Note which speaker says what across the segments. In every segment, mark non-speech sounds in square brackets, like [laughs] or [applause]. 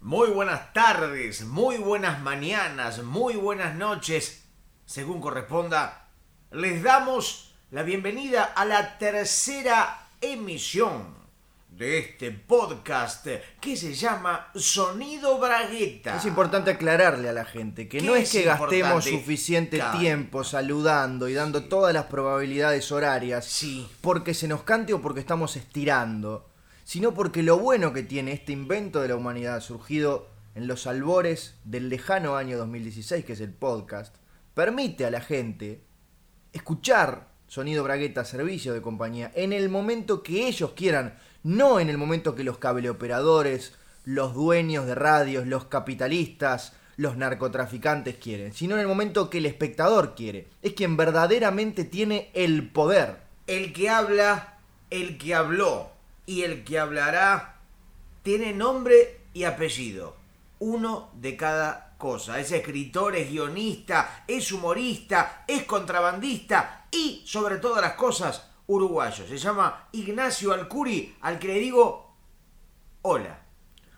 Speaker 1: Muy buenas tardes, muy buenas mañanas, muy buenas noches, según corresponda. Les damos la bienvenida a la tercera emisión de este podcast que se llama Sonido Bragueta.
Speaker 2: Es importante aclararle a la gente que
Speaker 1: ¿Qué
Speaker 2: no es
Speaker 1: es
Speaker 2: que gastemos
Speaker 1: importante?
Speaker 2: suficiente
Speaker 1: Claro.
Speaker 2: tiempo saludando y dando todas las probabilidades horarias
Speaker 1: Sí.
Speaker 2: porque se nos cante o porque estamos estirando, sino porque lo bueno que tiene este invento de la humanidad surgido en los albores del lejano año 2016, que es el podcast, permite a la gente escuchar Sonido Bragueta Servicio de Compañía en el momento que ellos quieran, no en el momento que los cableoperadores, los dueños de radios, los capitalistas, los narcotraficantes quieren, sino en el momento que el espectador quiere. Es quien verdaderamente tiene el poder.
Speaker 1: El que habla, el que habló y el que hablará tiene nombre y apellido. Uno de cada cosa. Es escritor, es guionista, es humorista, es contrabandista y, sobre todas las cosas, uruguayo. Se llama Ignacio Alcuri, al que le digo hola.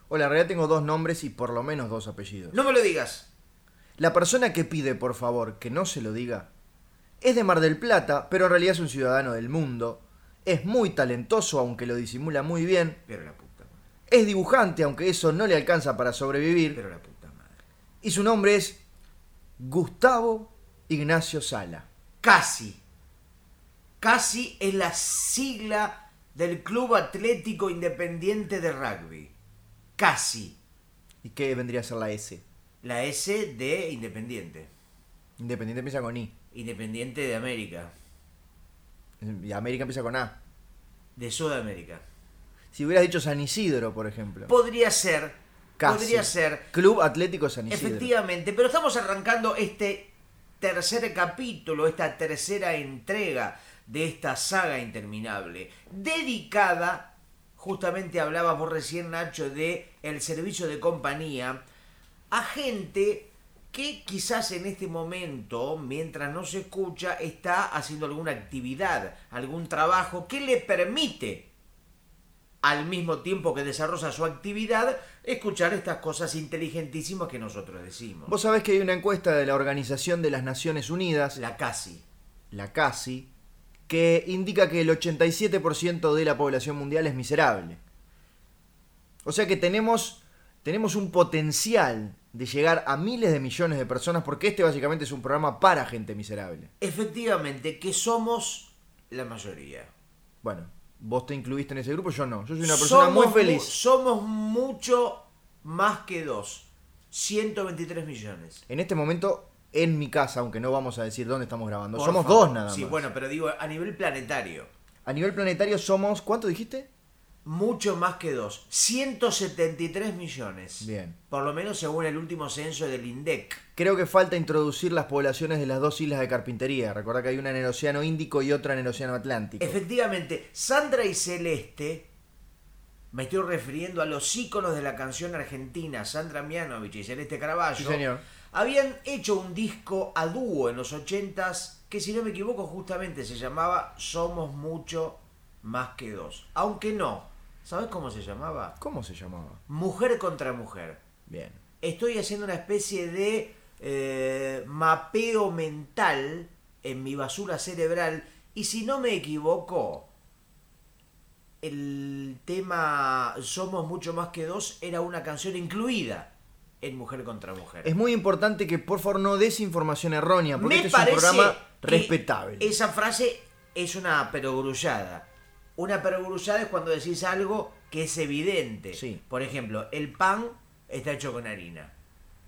Speaker 2: O la realidad tengo dos nombres y por lo menos dos apellidos.
Speaker 1: No me lo digas.
Speaker 2: La persona que pide, por favor, que no se lo diga, es de Mar del Plata, pero en realidad es un ciudadano del mundo. Es muy talentoso, aunque lo disimula muy bien.
Speaker 1: Pero la puta madre.
Speaker 2: Es dibujante, aunque eso no le alcanza para sobrevivir.
Speaker 1: Pero la puta madre.
Speaker 2: Y su nombre es Gustavo Ignacio Sala.
Speaker 1: Casi. Casi es la sigla del Club Atlético Independiente de Rugby. Casi.
Speaker 2: ¿Y qué vendría a ser la S?
Speaker 1: La S de Independiente.
Speaker 2: Independiente empieza con I.
Speaker 1: Independiente de América.
Speaker 2: Y América empieza con A.
Speaker 1: De Sudamérica.
Speaker 2: Si hubieras dicho San Isidro, por ejemplo.
Speaker 1: Podría ser.
Speaker 2: Casi.
Speaker 1: Podría ser.
Speaker 2: Club Atlético San Isidro.
Speaker 1: Efectivamente, pero estamos arrancando este tercer capítulo, esta tercera entrega de esta saga interminable, dedicada, justamente hablábamos recién Nacho, de el servicio de compañía, a gente que quizás en este momento, mientras no se escucha, está haciendo alguna actividad, algún trabajo que le permite al mismo tiempo que desarrolla su actividad, escuchar estas cosas inteligentísimas que nosotros decimos.
Speaker 2: Vos sabés que hay una encuesta de la Organización de las Naciones Unidas, la,
Speaker 1: La casi.
Speaker 2: CASI, que indica que el 87% de la población mundial es miserable. O sea que tenemos, tenemos un potencial de llegar a miles de millones de personas porque este básicamente es un programa para gente miserable.
Speaker 1: Efectivamente, que somos la mayoría.
Speaker 2: Bueno, vos te incluiste en ese grupo, yo no. Yo soy una persona
Speaker 1: Somos
Speaker 2: muy
Speaker 1: mu-
Speaker 2: feliz.
Speaker 1: somos mucho más que dos. 123 millones.
Speaker 2: En este momento, en mi casa, aunque no vamos a decir dónde estamos grabando,
Speaker 1: Por
Speaker 2: somos
Speaker 1: favor.
Speaker 2: dos nada más.
Speaker 1: Sí, bueno, pero digo, a nivel planetario,
Speaker 2: A nivel planetario somos, ¿cuánto dijiste?
Speaker 1: mucho más que dos. 173 millones.
Speaker 2: Bien.
Speaker 1: Por lo menos según el último censo del INDEC.
Speaker 2: Creo que falta introducir las poblaciones de las dos islas de carpintería. Recordá que hay una en el Océano Índico y otra en el Océano Atlántico.
Speaker 1: Efectivamente, Sandra y Celeste, me estoy refiriendo a los íconos de la canción argentina, Sandra Mianovich y Celeste Caraballo,
Speaker 2: Sí, señor.
Speaker 1: habían hecho un disco a dúo en los ochentas que si no me equivoco justamente se llamaba Somos mucho más que dos. Aunque no, ¿sabes cómo se llamaba?
Speaker 2: ¿Cómo se llamaba?
Speaker 1: Mujer contra mujer.
Speaker 2: Bien.
Speaker 1: Estoy haciendo una especie de eh, mapeo mental en mi basura cerebral y si no me equivoco, el tema Somos mucho más que dos era una canción incluida en Mujer contra Mujer.
Speaker 2: Es muy importante que por favor no des información errónea, porque este es un programa
Speaker 1: que
Speaker 2: respetable.
Speaker 1: Esa frase es una perogrullada. Una perogrullada es cuando decís algo que es evidente.
Speaker 2: Sí.
Speaker 1: Por ejemplo, el pan está hecho con harina.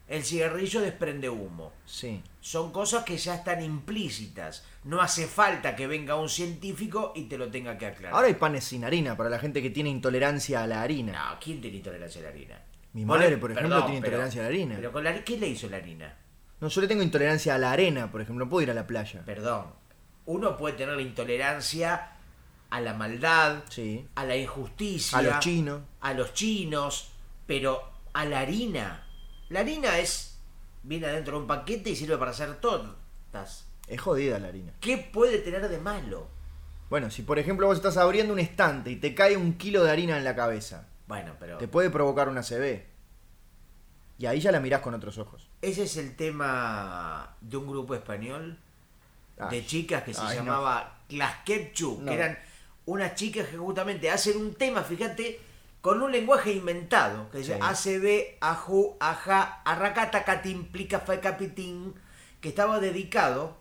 Speaker 1: El cigarrillo desprende humo.
Speaker 2: Sí.
Speaker 1: Son cosas que ya están implícitas. No hace falta que venga un científico y te lo tenga que aclarar.
Speaker 2: Ahora hay panes sin harina para la gente que tiene intolerancia a la harina.
Speaker 1: No, ¿quién tiene intolerancia a la harina?
Speaker 2: Mi
Speaker 1: Vos
Speaker 2: madre, por ejemplo, tiene intolerancia a la harina.
Speaker 1: Pero con la, ¿Qué le hizo la harina?
Speaker 2: No, yo le tengo intolerancia a la arena, por ejemplo, no puedo ir a la playa.
Speaker 1: Perdón. Uno puede tener la intolerancia a la maldad,
Speaker 2: Sí.
Speaker 1: a la injusticia,
Speaker 2: A los chinos.
Speaker 1: a los chinos, pero a la harina. La harina es viene adentro de un paquete y sirve para hacer tortas.
Speaker 2: Es jodida la harina.
Speaker 1: ¿Qué puede tener de malo?
Speaker 2: Bueno, si por ejemplo vos estás abriendo un estante y te cae un kilo de harina en la cabeza,
Speaker 1: Bueno, pero
Speaker 2: te puede provocar una CB. Y ahí ya la mirás con otros ojos.
Speaker 1: Ese es el tema de un grupo español de
Speaker 2: Ay,
Speaker 1: chicas que se
Speaker 2: Ah. ay, no.
Speaker 1: llamaba Las Ketchup,
Speaker 2: No.
Speaker 1: que eran unas chicas que justamente hacen un tema, fíjate, con un lenguaje inventado, que dice
Speaker 2: Sí.
Speaker 1: ACB, Aju, Aja, Arracata, Catimplica, Fecapitín, que estaba dedicado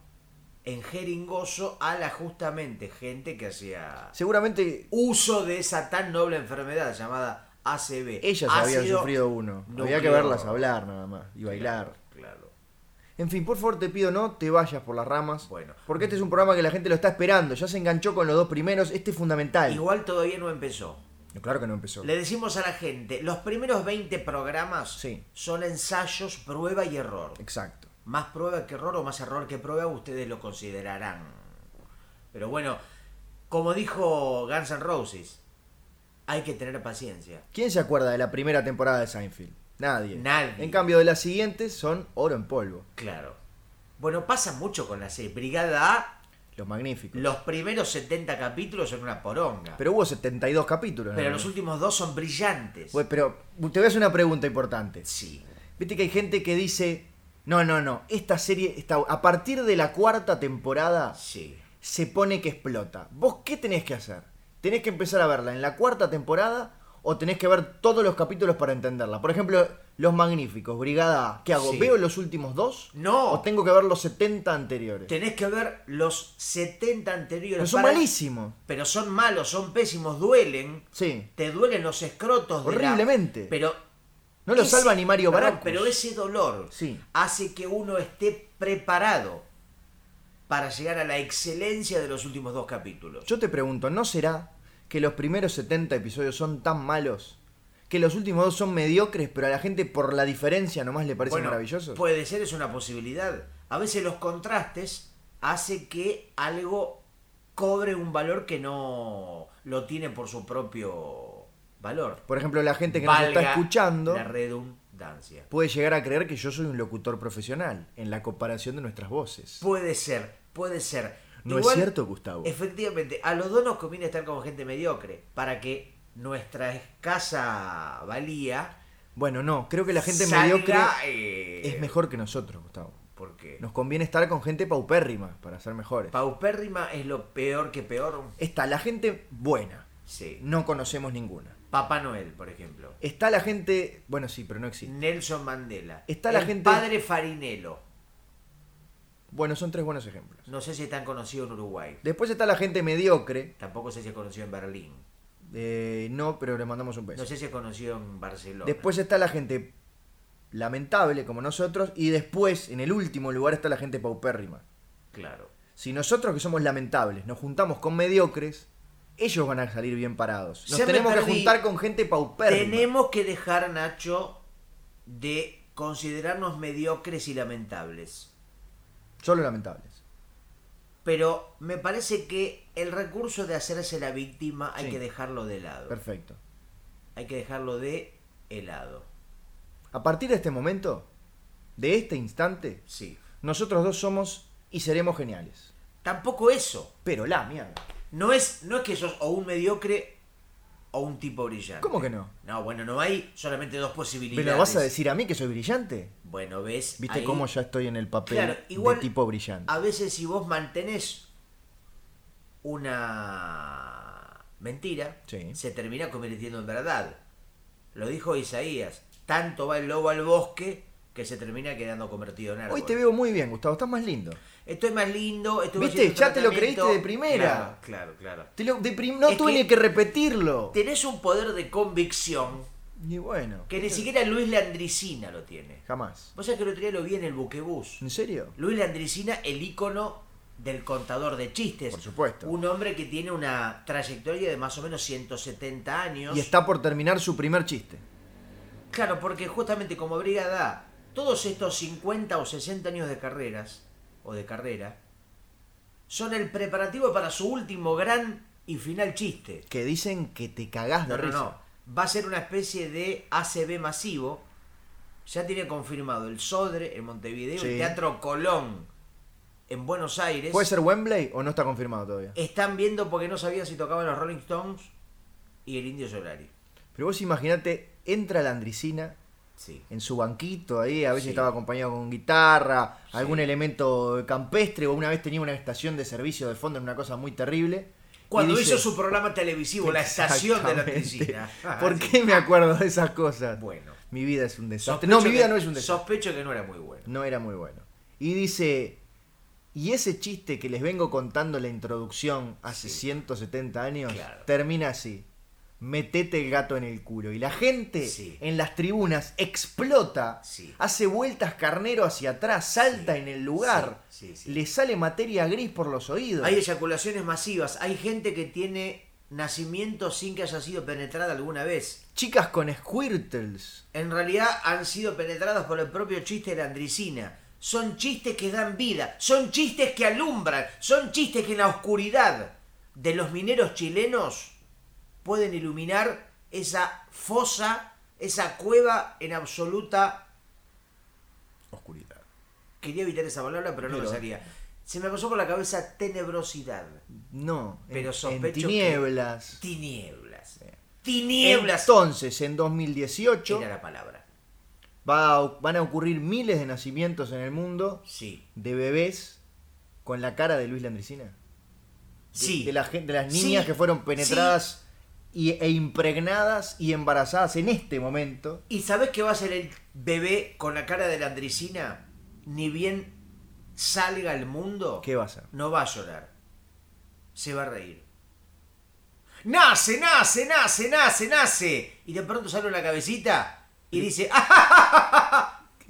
Speaker 1: en jeringoso a la justamente gente que hacía
Speaker 2: Seguramente
Speaker 1: uso de esa tan noble enfermedad llamada ACB.
Speaker 2: ellas habían
Speaker 1: Ácido
Speaker 2: sufrido uno. Había que
Speaker 1: nucleo-
Speaker 2: verlas hablar nada más y bailar.
Speaker 1: Claro.
Speaker 2: En fin, por favor te pido no te vayas por las ramas.
Speaker 1: Bueno.
Speaker 2: Porque este es un programa que la gente lo está esperando. Ya se enganchó con los dos primeros. Este es fundamental.
Speaker 1: Igual todavía no empezó.
Speaker 2: No, Claro que no empezó.
Speaker 1: Le decimos a la gente, los primeros 20 programas
Speaker 2: Sí.
Speaker 1: son ensayos, prueba y error.
Speaker 2: Exacto.
Speaker 1: Más prueba que error o más error que prueba, ustedes lo considerarán. Pero bueno, como dijo Guns N' Roses, hay que tener paciencia.
Speaker 2: ¿Quién se acuerda de la primera temporada de Seinfeld? Nadie.
Speaker 1: Nadie.
Speaker 2: En cambio, de las siguientes son oro en polvo.
Speaker 1: Claro. Bueno, pasa mucho con la serie. Brigada A,
Speaker 2: Los magníficos.
Speaker 1: los primeros 70 capítulos son una poronga. Pero,
Speaker 2: Pero eh, hubo 72 capítulos. nada
Speaker 1: los
Speaker 2: más.
Speaker 1: últimos dos son brillantes.
Speaker 2: Bueno, Pero te voy a hacer una pregunta importante.
Speaker 1: Sí.
Speaker 2: Viste que hay gente que dice, no, no, no, esta serie está... A partir de la cuarta temporada
Speaker 1: Sí.
Speaker 2: se pone que explota. ¿Vos qué tenés que hacer? ¿Tenés que empezar a verla en la cuarta temporada o tenés que ver todos los capítulos para entenderla? Por ejemplo, Los Magníficos, Brigada A. ¿Qué hago?
Speaker 1: Sí.
Speaker 2: ¿Veo los últimos dos?
Speaker 1: No.
Speaker 2: ¿O tengo que ver los 70 anteriores?
Speaker 1: Tenés que ver los 70 anteriores.
Speaker 2: Pero son
Speaker 1: para-
Speaker 2: malísimos.
Speaker 1: Pero son malos, son pésimos, duelen.
Speaker 2: Sí.
Speaker 1: Te duelen los escrotos. de la-
Speaker 2: Horriblemente.
Speaker 1: pero.
Speaker 2: No lo
Speaker 1: ese-
Speaker 2: salva ni Mario
Speaker 1: perdón,
Speaker 2: Baracus.
Speaker 1: Pero ese dolor
Speaker 2: Sí.
Speaker 1: hace que uno esté preparado para llegar a la excelencia de los últimos dos capítulos.
Speaker 2: Yo te pregunto, ¿no será que los primeros 70 episodios son tan malos que los últimos dos son mediocres, pero a la gente por la diferencia nomás le parecen
Speaker 1: Bueno, pues,
Speaker 2: maravillosos?
Speaker 1: Puede ser, es una posibilidad. A veces los contrastes hace que algo cobre un valor que no lo tiene por su propio valor.
Speaker 2: Por ejemplo, la gente que nos
Speaker 1: Valga
Speaker 2: está escuchando
Speaker 1: La redundancia.
Speaker 2: puede llegar a creer que yo soy un locutor profesional en la comparación de nuestras voces.
Speaker 1: Puede ser, puede ser.
Speaker 2: ¿No es cierto, Gustavo?
Speaker 1: Efectivamente, a los dos nos conviene estar como gente mediocre para que nuestra escasa valía
Speaker 2: Bueno, no, creo que la gente
Speaker 1: salga,
Speaker 2: mediocre
Speaker 1: eh,
Speaker 2: es mejor que nosotros, Gustavo.
Speaker 1: Porque
Speaker 2: Nos conviene estar con gente paupérrima para ser mejores.
Speaker 1: paupérrima es lo peor que peor.
Speaker 2: Está la gente buena,
Speaker 1: Sí.
Speaker 2: no conocemos ninguna.
Speaker 1: Papá Noel, por ejemplo.
Speaker 2: Está la gente, bueno, sí, pero no existe.
Speaker 1: Nelson Mandela.
Speaker 2: Está la
Speaker 1: El
Speaker 2: gente-
Speaker 1: Padre Farinelo.
Speaker 2: Bueno, son tres buenos ejemplos.
Speaker 1: No sé si es tan conocido en Uruguay.
Speaker 2: Después está la gente mediocre.
Speaker 1: Tampoco sé si es conocido en Berlín.
Speaker 2: eh, no, pero le mandamos un beso.
Speaker 1: No sé si es conocido en Barcelona.
Speaker 2: después está la gente lamentable, como nosotros. Y después, en el último lugar, está la gente paupérrima.
Speaker 1: Claro.
Speaker 2: Si nosotros que somos lamentables nos juntamos con mediocres, ellos van a salir bien parados. Nos
Speaker 1: Ya me
Speaker 2: tenemos que
Speaker 1: perdí.
Speaker 2: juntar con gente paupérrima.
Speaker 1: Tenemos que dejar, Nacho, de considerarnos mediocres y lamentables.
Speaker 2: Solo lamentables.
Speaker 1: Pero me parece que el recurso de hacerse la víctima hay
Speaker 2: Sí.
Speaker 1: que dejarlo de lado.
Speaker 2: Perfecto.
Speaker 1: Hay que dejarlo de helado.
Speaker 2: A partir de este momento, de este instante,
Speaker 1: Sí.
Speaker 2: nosotros dos somos y seremos geniales.
Speaker 1: Tampoco eso.
Speaker 2: Pero la mierda.
Speaker 1: No es, no es que sos o un mediocre o un tipo brillante.
Speaker 2: ¿Cómo que no?
Speaker 1: No, bueno, no hay solamente dos posibilidades.
Speaker 2: ¿Pero vas a decir a mí que soy brillante?
Speaker 1: Bueno, ves.
Speaker 2: ¿Viste
Speaker 1: ahí-
Speaker 2: cómo ya estoy en el papel
Speaker 1: Claro, igual-
Speaker 2: de tipo brillante?
Speaker 1: A veces si vos mantenés una mentira,
Speaker 2: Sí.
Speaker 1: se termina convirtiendo en verdad. Lo dijo Isaías, tanto va el lobo al bosque que se termina quedando convertido en árbol.
Speaker 2: Hoy te veo muy bien, Gustavo, estás más lindo.
Speaker 1: Estoy más lindo, estuve
Speaker 2: ¿Viste?
Speaker 1: haciendo un
Speaker 2: Ya te lo
Speaker 1: tratamiento.
Speaker 2: creíste de primera.
Speaker 1: Claro, claro, claro.
Speaker 2: Te lo- de prim- no
Speaker 1: Es
Speaker 2: tuve
Speaker 1: que-
Speaker 2: ni que repetirlo.
Speaker 1: Tenés un poder de convicción
Speaker 2: Y bueno,
Speaker 1: que ni siquiera Luis Landricina lo tiene.
Speaker 2: jamás.
Speaker 1: Vos sabés que el otro día lo vi en el buquebús.
Speaker 2: ¿En serio?
Speaker 1: Luis Landricina, el ícono del contador de chistes.
Speaker 2: Por supuesto.
Speaker 1: Un hombre que tiene una trayectoria de más o menos 170 años.
Speaker 2: Y está por terminar su primer chiste.
Speaker 1: Claro, porque justamente como brigada, todos estos 50 o 60 años de carreras, o de carrera, son el preparativo para su último gran y final chiste.
Speaker 2: Que dicen que te cagás
Speaker 1: No,
Speaker 2: de
Speaker 1: no,
Speaker 2: risa.
Speaker 1: no. Va a ser una especie de ACB masivo. Ya tiene confirmado el Sodre en Montevideo,
Speaker 2: Sí.
Speaker 1: el Teatro Colón en Buenos Aires.
Speaker 2: ¿Puede ser Wembley o no está confirmado todavía?
Speaker 1: Están viendo porque no sabían si tocaban los Rolling Stones y el Indio Solari.
Speaker 2: Pero vos imaginate, entra la Andricina,
Speaker 1: Sí.
Speaker 2: en su banquito ahí, a veces
Speaker 1: Sí.
Speaker 2: estaba acompañado con guitarra,
Speaker 1: Sí.
Speaker 2: algún elemento campestre, o una vez tenía una estación de servicio de fondo en una cosa muy terrible. y
Speaker 1: Cuando
Speaker 2: dice-
Speaker 1: hizo su programa televisivo, la estación de la
Speaker 2: [laughs]
Speaker 1: piscina.
Speaker 2: Exactamente.
Speaker 1: [laughs] Ah,
Speaker 2: ¿Por
Speaker 1: sí.
Speaker 2: qué me acuerdo de esas cosas?
Speaker 1: Bueno.
Speaker 2: Mi vida es un desastre.
Speaker 1: Sospecho
Speaker 2: no, mi vida
Speaker 1: que-
Speaker 2: no es un desastre.
Speaker 1: Sospecho que no era muy bueno.
Speaker 2: No era muy bueno. Y dice, y ese chiste que les vengo contando en la introducción hace
Speaker 1: Sí.
Speaker 2: 170 años,
Speaker 1: Claro.
Speaker 2: termina así. Metete el gato en el culo. Y la gente
Speaker 1: Sí.
Speaker 2: en las tribunas explota,
Speaker 1: Sí.
Speaker 2: hace vueltas carnero hacia atrás, salta en el lugar,
Speaker 1: Sí, sí, sí.
Speaker 2: le sale materia gris por los oídos.
Speaker 1: Hay eyaculaciones masivas. Hay gente que tiene nacimiento sin que haya sido penetrada alguna vez.
Speaker 2: Chicas con squirtles.
Speaker 1: En realidad han sido penetradas por el propio chiste de la andricina. Son chistes que dan vida, son chistes que alumbran, son chistes que en la oscuridad de los mineros chilenos pueden iluminar esa fosa, esa cueva en absoluta...
Speaker 2: Oscuridad.
Speaker 1: Quería evitar esa palabra, pero no
Speaker 2: Pero-
Speaker 1: me salía. Se me pasó por la cabeza tenebrosidad,
Speaker 2: No, en-
Speaker 1: Pero
Speaker 2: en,
Speaker 1: sospecho que-
Speaker 2: tinieblas.
Speaker 1: tinieblas. Tinieblas
Speaker 2: Entonces, en 2018
Speaker 1: era la palabra.
Speaker 2: va a- van a ocurrir miles de nacimientos en el mundo
Speaker 1: Sí.
Speaker 2: de bebés con la cara de Luis Landricina. De-
Speaker 1: Sí.
Speaker 2: De, la gen- de las niñas
Speaker 1: Sí.
Speaker 2: que fueron penetradas y- e impregnadas y embarazadas en este momento.
Speaker 1: ¿Y sabes qué va a ser el bebé con la cara de la andricina? Ni bien salga al mundo,
Speaker 2: ¿Qué va a ser?
Speaker 1: no va a llorar. Se va a reír. Nace, nace, nace, nace, nace. Y de pronto sale una cabecita y dice, ¡ah!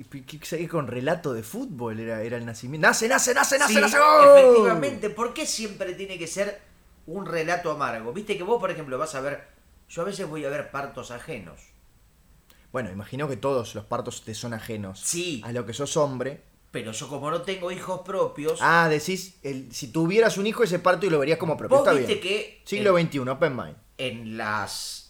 Speaker 2: ¿Qué- qué- qué- Con relato de fútbol era, era el nacimiento. ¡Nace, nace, nace,
Speaker 1: sí,
Speaker 2: nace, nace! ¡Gol!
Speaker 1: efectivamente, ¿por qué siempre tiene que ser un relato amargo? Viste que vos, por ejemplo, vas a ver, yo a veces voy a ver partos ajenos.
Speaker 2: Bueno, imagino que todos los partos te son ajenos.
Speaker 1: Sí.
Speaker 2: A lo que sos hombre.
Speaker 1: Pero yo como no tengo hijos propios,
Speaker 2: Ah, decís, el- si tuvieras un hijo ese parto y lo verías como propio.
Speaker 1: Vos
Speaker 2: Está
Speaker 1: viste
Speaker 2: bien.
Speaker 1: que-
Speaker 2: Siglo XXI, open mind.
Speaker 1: en las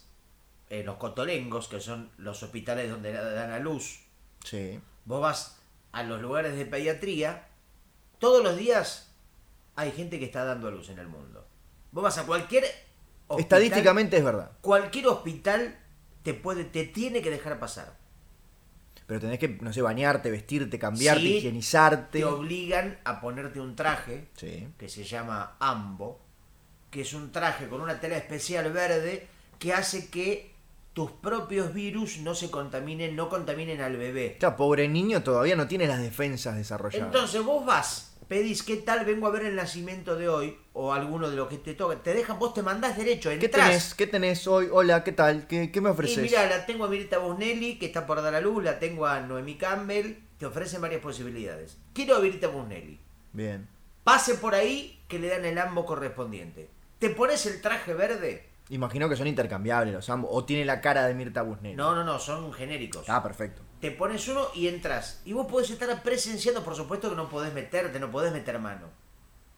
Speaker 1: en los cotolengos, que son los hospitales donde la- dan a luz.
Speaker 2: Sí.
Speaker 1: Vos vas a los lugares de pediatría, todos los días hay gente que está dando a luz en el mundo. Vos vas a cualquier hospital,
Speaker 2: Estadísticamente es verdad.
Speaker 1: cualquier hospital te puede te tiene que dejar pasar.
Speaker 2: Pero tenés que, no sé, bañarte, vestirte, cambiarte,
Speaker 1: Sí.
Speaker 2: higienizarte.
Speaker 1: Te obligan a ponerte un traje
Speaker 2: Sí.
Speaker 1: que se llama ambo, que es un traje con una tela especial verde que hace que tus propios virus no se contaminen, no contaminen al bebé.
Speaker 2: Ya, Este pobre niño todavía no tiene las defensas desarrolladas.
Speaker 1: Entonces vos vas, pedís qué tal, vengo a ver el nacimiento de hoy o alguno de los que te toca, te dejan, vos te mandás derecho,
Speaker 2: ¿Qué
Speaker 1: entras.
Speaker 2: tenés? ¿Qué tenés hoy? Hola, ¿qué tal? ¿Qué, qué me
Speaker 1: Y
Speaker 2: ofreces?
Speaker 1: mira, la tengo a Mirita Busnelli, que está por dar a luz, la tengo a Noemí Campbell, te ofrecen varias posibilidades. Quiero a Mirita Busnelli.
Speaker 2: Bien.
Speaker 1: Pase por ahí que le dan el ambo correspondiente. Te pones el traje verde,
Speaker 2: Imagino que son intercambiables los ambos. O tiene la cara de Mirta Busnelli.
Speaker 1: No, no, no, son genéricos.
Speaker 2: Ah, perfecto.
Speaker 1: Te pones uno y entras. Y vos podés estar presenciando, por supuesto que no podés meterte, no podés meter mano.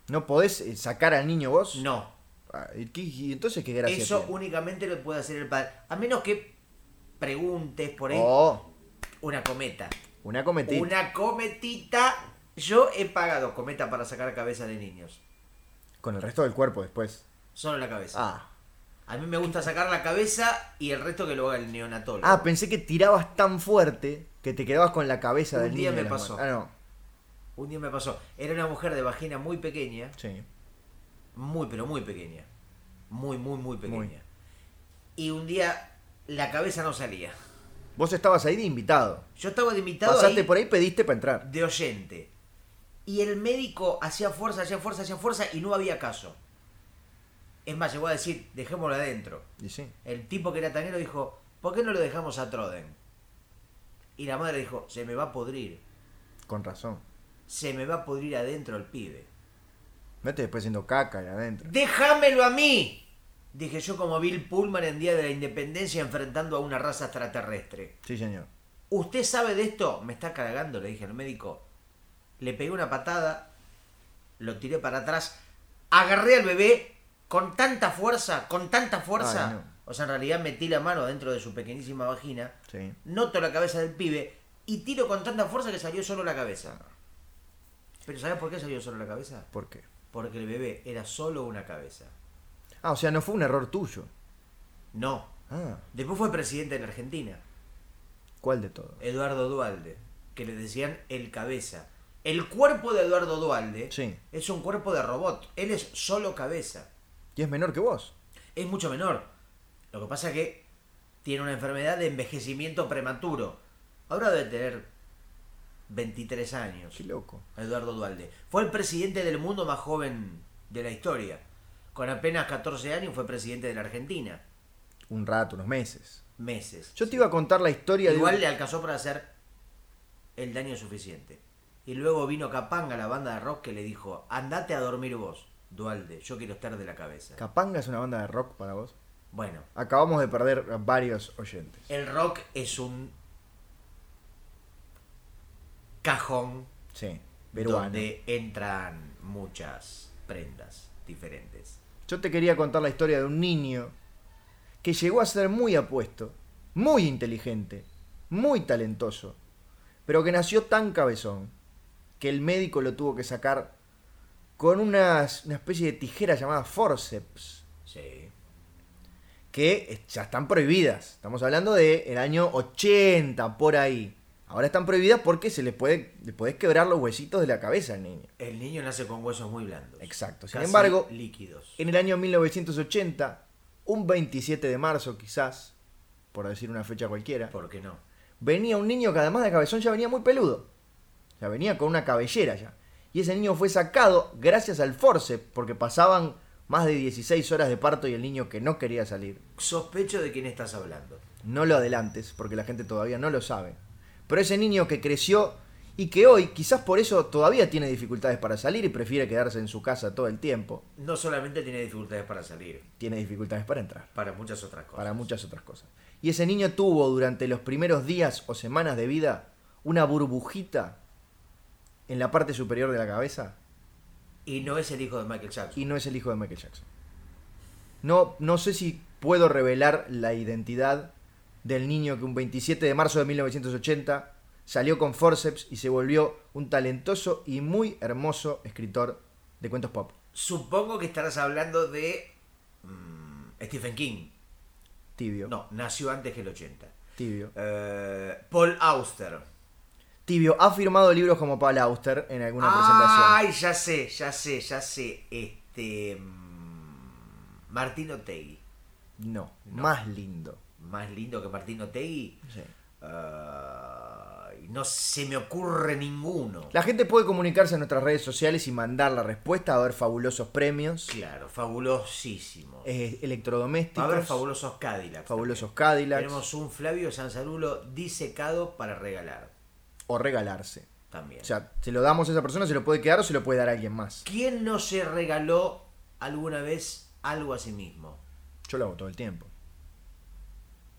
Speaker 2: ¿No podés eh, sacar al niño vos?
Speaker 1: No.
Speaker 2: Ah, ¿y qué- y entonces qué gracia
Speaker 1: Eso
Speaker 2: tiene?
Speaker 1: únicamente lo puede hacer el padre. A menos que preguntes por ahí
Speaker 2: Oh,
Speaker 1: una cometa.
Speaker 2: una cometida.
Speaker 1: Una cometita. Yo he pagado cometa para sacar cabeza de niños.
Speaker 2: Con el resto del cuerpo después.
Speaker 1: Solo la cabeza.
Speaker 2: Ah.
Speaker 1: A mí me gusta sacar la cabeza y el resto que lo haga el neonatólogo.
Speaker 2: Ah, pensé que tirabas tan fuerte que te quedabas con la cabeza
Speaker 1: Un
Speaker 2: del
Speaker 1: día
Speaker 2: niño. en
Speaker 1: me
Speaker 2: las
Speaker 1: pasó.
Speaker 2: manos. Ah, no.
Speaker 1: Un día me pasó. Era una mujer de vagina muy pequeña.
Speaker 2: Sí.
Speaker 1: Muy, pero muy pequeña. Muy, muy, muy pequeña.
Speaker 2: Muy.
Speaker 1: Y un día la cabeza no salía.
Speaker 2: Vos estabas ahí de invitado.
Speaker 1: Yo estaba de invitado
Speaker 2: Pasaste
Speaker 1: ahí
Speaker 2: por ahí, pediste para entrar.
Speaker 1: de oyente. Y el médico hacía fuerza, hacía fuerza, hacía fuerza y no había caso. Es más, llegó a decir, dejémoslo adentro.
Speaker 2: Y sí.
Speaker 1: El tipo que era tanero dijo, ¿por qué no lo dejamos a Troden? Y la madre dijo, se me va a podrir.
Speaker 2: Con razón.
Speaker 1: Se me va a podrir adentro el pibe.
Speaker 2: Vete después haciendo caca ahí adentro.
Speaker 1: ¡Déjamelo a mí! Dije yo como Bill Pullman en Día de la Independencia enfrentando a una raza extraterrestre.
Speaker 2: Sí, señor.
Speaker 1: ¿Usted sabe de esto? Me está cargando, le dije al médico. Le pegué una patada, lo tiré para atrás, agarré al bebé con tanta fuerza, con tanta fuerza.
Speaker 2: Ay, no.
Speaker 1: O sea, en realidad metí la mano dentro de su pequeñísima vagina,
Speaker 2: Sí.
Speaker 1: noto la cabeza del pibe y tiro con tanta fuerza que salió solo la cabeza. ¿Pero sabes por qué salió solo la cabeza?
Speaker 2: ¿Por qué?
Speaker 1: Porque el bebé era solo una cabeza.
Speaker 2: Ah, o sea, no fue un error tuyo.
Speaker 1: No.
Speaker 2: Ah.
Speaker 1: Después fue presidente en Argentina.
Speaker 2: ¿Cuál de todos?
Speaker 1: Eduardo Dualde, que le decían el cabeza. El cuerpo de Eduardo Dualde
Speaker 2: Sí.
Speaker 1: es un cuerpo de robot. Él es solo cabeza.
Speaker 2: Y es menor que vos.
Speaker 1: Es mucho menor. Lo que pasa es que tiene una enfermedad de envejecimiento prematuro. Ahora debe tener 23 años.
Speaker 2: Qué loco.
Speaker 1: Eduardo Dualde. Fue el presidente del mundo más joven de la historia. Con apenas 14 años fue presidente de la Argentina.
Speaker 2: Un rato, unos meses.
Speaker 1: Meses.
Speaker 2: Yo te iba a contar la historia
Speaker 1: Igual
Speaker 2: de...
Speaker 1: le alcanzó para hacer el daño suficiente. Y luego vino Capanga, la banda de rock, que le dijo, andate a dormir vos, Dualde, yo quiero estar de la cabeza.
Speaker 2: Capanga es una banda de rock para vos.
Speaker 1: bueno,
Speaker 2: Acabamos de perder a varios oyentes.
Speaker 1: el rock es un cajón
Speaker 2: Sí, peruano.
Speaker 1: donde entran muchas prendas diferentes.
Speaker 2: Yo te quería contar la historia de un niño que llegó a ser muy apuesto, muy inteligente, muy talentoso, pero que nació tan cabezón que el médico lo tuvo que sacar con unas- una especie de tijera llamada forceps,
Speaker 1: Sí.
Speaker 2: que es- ya están prohibidas. Estamos hablando del el año 80, por ahí. Ahora están prohibidas porque se les puede, le podés quebrar los huesitos de la cabeza al niño.
Speaker 1: El niño nace con huesos muy blandos.
Speaker 2: Exacto. Sin
Speaker 1: Casi
Speaker 2: embargo,
Speaker 1: líquidos.
Speaker 2: En el año 1980, un 27 de marzo quizás, por decir una fecha cualquiera,
Speaker 1: ¿Por qué no?
Speaker 2: venía un niño que además de cabezón ya venía muy peludo. Ya venía con una cabellera ya. Y ese niño fue sacado gracias al force, porque pasaban más de 16 horas de parto y el niño que no quería salir.
Speaker 1: Sospecho de quién estás hablando.
Speaker 2: No lo adelantes, porque la gente todavía no lo sabe. Pero ese niño que creció y que hoy quizás por eso todavía tiene dificultades para salir y prefiere quedarse en su casa todo el tiempo,
Speaker 1: No solamente tiene dificultades para salir,
Speaker 2: tiene dificultades para entrar.
Speaker 1: para muchas otras cosas.
Speaker 2: para muchas otras cosas. Y ese niño tuvo durante los primeros días o semanas de vida una burbujita en la parte superior de la cabeza
Speaker 1: Y no es el hijo de Michael Jackson.
Speaker 2: y no es el hijo de Michael Jackson. No, no sé si puedo revelar la identidad del niño que un 27 de marzo de 1980 salió con forceps y se volvió un talentoso y muy hermoso escritor de cuentos pop.
Speaker 1: Supongo que estarás hablando de mm, Stephen King.
Speaker 2: Tibio.
Speaker 1: No, nació antes que el 80.
Speaker 2: Tibio.
Speaker 1: Eh, Paul Auster.
Speaker 2: Tibio ha firmado libros como Paul Auster en alguna presentación.
Speaker 1: Ay, ya sé, ya sé, ya sé. Este. mm, Martín Otegui.
Speaker 2: No, más lindo.
Speaker 1: Más lindo que Martín Otegui.
Speaker 2: Sí.
Speaker 1: Ay, no se me ocurre ninguno.
Speaker 2: La gente puede comunicarse en nuestras redes sociales y mandar la respuesta. Va a haber fabulosos premios,
Speaker 1: Claro, fabulosísimo.
Speaker 2: eh,
Speaker 1: Va a
Speaker 2: electrodomésticos,
Speaker 1: haber fabulosos Cadillacs.
Speaker 2: fabulosos Cadillacs
Speaker 1: Tenemos un Flavio Sanzarulo disecado para regalar
Speaker 2: o regalarse.
Speaker 1: también.
Speaker 2: O sea, se lo damos a esa persona, se lo puede quedar o se lo puede dar a alguien más.
Speaker 1: ¿Quién no se regaló alguna vez algo a sí mismo?
Speaker 2: Yo lo hago todo el tiempo.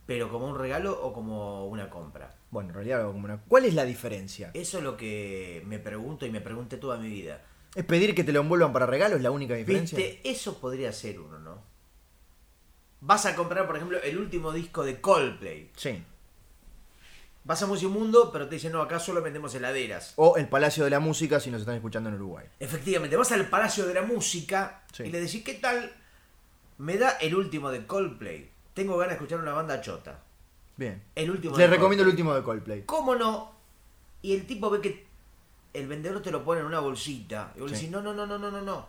Speaker 1: ¿Pero como un regalo o como una compra?
Speaker 2: Bueno, en realidad lo hago como una... ¿Cuál es la diferencia?
Speaker 1: Eso es lo que me pregunto y me pregunté toda mi vida.
Speaker 2: ¿Es pedir que te lo envuelvan para regalo? ¿Es la única diferencia?
Speaker 1: ¿Viste? Eso podría ser uno, ¿no? Vas a comprar, por ejemplo, el último disco de Coldplay.
Speaker 2: Sí.
Speaker 1: Vas a Musimundo, pero te dicen, no, acá solo vendemos heladeras.
Speaker 2: O el Palacio de la Música si nos están escuchando en Uruguay.
Speaker 1: Efectivamente, vas al Palacio de la Música
Speaker 2: Sí.
Speaker 1: y le decís, ¿qué tal? Me da el último de Coldplay. Tengo ganas de escuchar una banda chota.
Speaker 2: Bien.
Speaker 1: El último
Speaker 2: Les
Speaker 1: de
Speaker 2: recomiendo el
Speaker 1: Coldplay.
Speaker 2: último de Coldplay.
Speaker 1: ¿Cómo no? Y el tipo ve que el vendedor te lo pone en una bolsita. Y vos
Speaker 2: Sí.
Speaker 1: decís, no, no, no, no, no, no, no.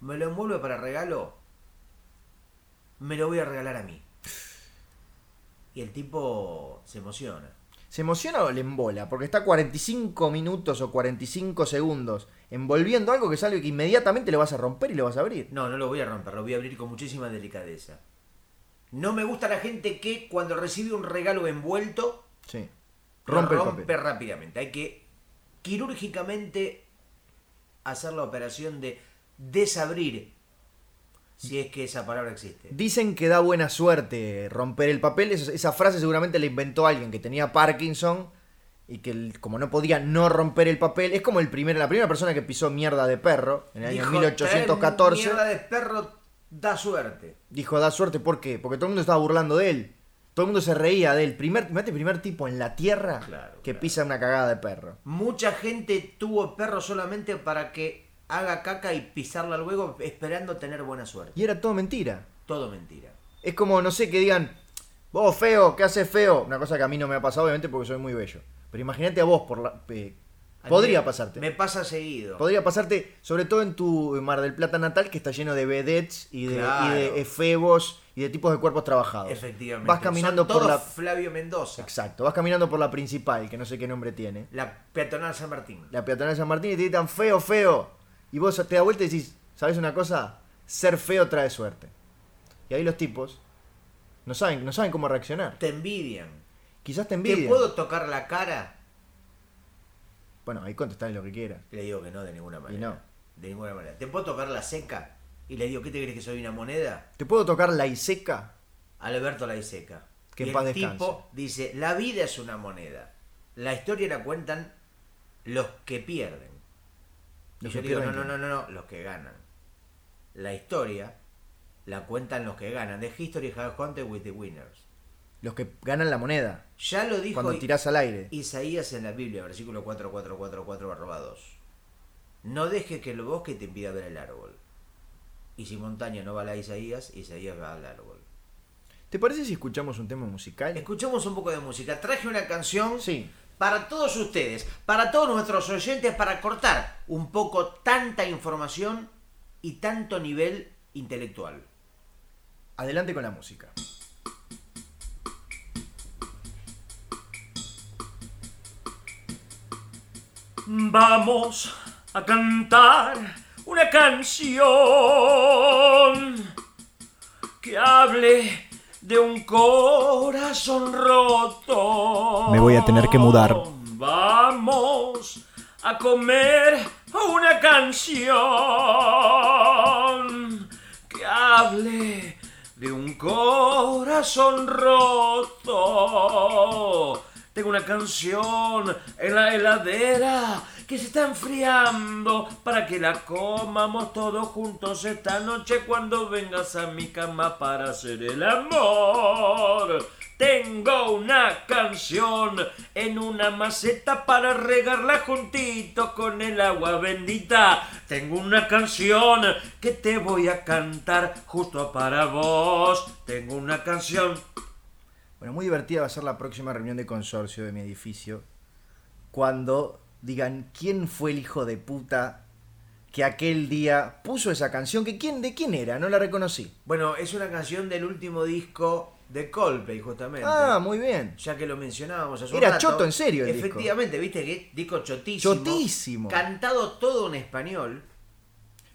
Speaker 1: Me lo envuelve para regalo. Me lo voy a regalar a mí. Y el tipo se emociona.
Speaker 2: ¿Se emociona o le embola? Porque está 45 minutos o 45 segundos envolviendo algo que sale que inmediatamente lo vas a romper y lo vas a abrir.
Speaker 1: No, no lo voy a romper, lo voy a abrir con muchísima delicadeza. No me gusta la gente que cuando recibe un regalo envuelto,
Speaker 2: Sí.
Speaker 1: lo
Speaker 2: Rompe, el
Speaker 1: rompe
Speaker 2: papel.
Speaker 1: rápidamente. Hay que quirúrgicamente hacer la operación de desabrir, si es que esa palabra existe.
Speaker 2: Dicen que da buena suerte romper el papel. Esa, esa frase seguramente la inventó alguien que tenía Parkinson y que el- como no podía no romper el papel, es como el primer, la primera persona que pisó mierda de perro en el año
Speaker 1: Dijo, "Traer
Speaker 2: 1814.
Speaker 1: Mierda de perro da suerte.
Speaker 2: Dijo, da suerte, ¿por qué? Porque todo el mundo estaba burlando de él. Todo el mundo se reía de él. Primer, imagínate el primer tipo en la tierra
Speaker 1: Claro,
Speaker 2: que
Speaker 1: claro.
Speaker 2: pisa una cagada de perro.
Speaker 1: Mucha gente tuvo perro solamente para que haga caca y pisarla luego esperando tener buena suerte.
Speaker 2: Y era todo mentira.
Speaker 1: Todo mentira.
Speaker 2: Es como, no sé, que digan, Vos, feo, ¿qué haces feo? Una cosa que a mí no me ha pasado, obviamente, porque soy muy bello. Pero imagínate a vos por la. eh,
Speaker 1: A mí
Speaker 2: podría
Speaker 1: me-
Speaker 2: pasarte.
Speaker 1: Me pasa seguido.
Speaker 2: Podría pasarte, sobre todo en tu Mar del Plata natal, que está lleno de vedettes y de,
Speaker 1: Claro.
Speaker 2: y de efebos y de tipos de cuerpos trabajados.
Speaker 1: Efectivamente.
Speaker 2: Vas caminando
Speaker 1: Son
Speaker 2: por
Speaker 1: todos
Speaker 2: la.
Speaker 1: Flavio Mendoza.
Speaker 2: Exacto, vas caminando por la principal, que no sé qué nombre tiene.
Speaker 1: La peatonal San Martín.
Speaker 2: La peatonal de San Martín y te gritan feo, feo. Y vos te das vuelta y decís, ¿sabes una cosa? Ser feo trae suerte. Y ahí los tipos no saben, no saben cómo reaccionar.
Speaker 1: Te envidian.
Speaker 2: Quizás te
Speaker 1: ¿Te
Speaker 2: envidian.
Speaker 1: puedo tocar la cara?
Speaker 2: Bueno, ahí contestale lo que quieras.
Speaker 1: Le digo que no, de ninguna manera.
Speaker 2: no.
Speaker 1: De ninguna manera. ¿Te puedo tocar la seca? Y le digo, ¿qué te crees que soy una moneda?
Speaker 2: ¿Te puedo tocar la Iseca?
Speaker 1: Alberto la seca. y
Speaker 2: Que en
Speaker 1: el
Speaker 2: paz descanse.
Speaker 1: tipo dice, la vida es una moneda. La historia la cuentan los que pierden. Y
Speaker 2: Los
Speaker 1: yo
Speaker 2: que
Speaker 1: digo, no,
Speaker 2: pierden
Speaker 1: no, no, no, no, los que ganan. La historia la cuentan los que ganan. The history has contest with the winners.
Speaker 2: Los que ganan la moneda
Speaker 1: Ya lo dijo
Speaker 2: cuando
Speaker 1: I-
Speaker 2: tirás al aire.
Speaker 1: Isaías en la Biblia, versículo 4444 barra 2. No dejes que el bosque te impida ver el árbol. Y si montaña no va a la Isaías, Isaías va al árbol.
Speaker 2: ¿Te parece si escuchamos un tema musical?
Speaker 1: Escuchemos un poco de música. Traje una canción
Speaker 2: Sí.
Speaker 1: para todos ustedes, para todos nuestros oyentes, para cortar un poco tanta información y tanto nivel intelectual.
Speaker 2: Adelante con la música.
Speaker 3: Vamos a cantar una canción que hable de un corazón roto.
Speaker 2: Me voy a tener que mudar.
Speaker 3: Vamos a comer una canción que hable de un corazón roto. Tengo una canción en la heladera que se está enfriando para que la comamos todos juntos esta noche cuando vengas a mi cama para hacer el amor. Tengo una canción en una maceta para regarla juntito con el agua bendita. Tengo una canción que te voy a cantar justo para vos. Tengo una canción
Speaker 2: Bueno, muy divertida va a ser la próxima reunión de consorcio de mi edificio. Cuando digan quién fue el hijo de puta que aquel día puso esa canción, que quién, de quién era, no la reconocí.
Speaker 1: Bueno, es una canción del último disco de Coldplay, justamente.
Speaker 2: Ah, muy bien.
Speaker 1: ya que lo mencionábamos hace un
Speaker 2: Era
Speaker 1: rato.
Speaker 2: choto, en serio, el disco.
Speaker 1: Efectivamente, viste que disco chotísimo.
Speaker 2: Chotísimo.
Speaker 1: Cantado todo en español.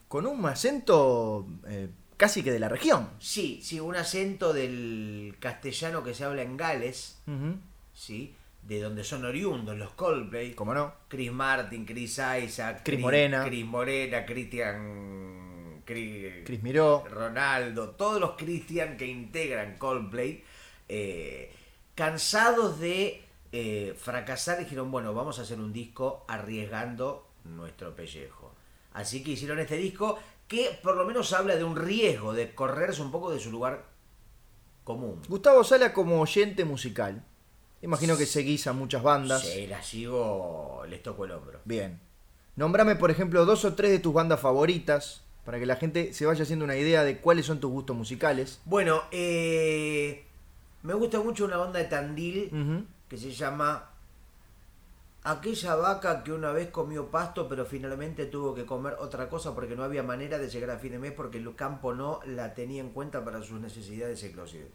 Speaker 2: Con un acento eh, casi que de la región.
Speaker 1: Sí, sí, un acento del castellano que se habla en Gales,
Speaker 2: Ujú,
Speaker 1: ¿sí? De donde son oriundos los Coldplay.
Speaker 2: ¿Cómo no?
Speaker 1: Chris Martin, Chris Isaac,
Speaker 2: Chris Morena.
Speaker 1: Chris Morena, Christian. Chris,
Speaker 2: Cris Miró.
Speaker 1: Ronaldo, todos los Christian que integran Coldplay, eh, cansados de eh, fracasar, dijeron, bueno, vamos a hacer un disco arriesgando nuestro pellejo. Así que hicieron este disco que por lo menos habla de un riesgo, de correrse un poco de su lugar común.
Speaker 2: Gustavo Sala como oyente musical. Imagino que seguís a muchas bandas.
Speaker 1: Se la sigo, les toco el hombro.
Speaker 2: Bien. Nómbrame, por ejemplo, dos o tres de tus bandas favoritas para que la gente se vaya haciendo una idea de cuáles son tus gustos musicales.
Speaker 1: Bueno, eh, me gusta mucho una banda de Tandil
Speaker 2: Ujú.
Speaker 1: que se llama Aquella vaca que una vez comió pasto pero finalmente tuvo que comer otra cosa porque no había manera de llegar a fin de mes porque el campo no la tenía en cuenta para sus necesidades eclosivo.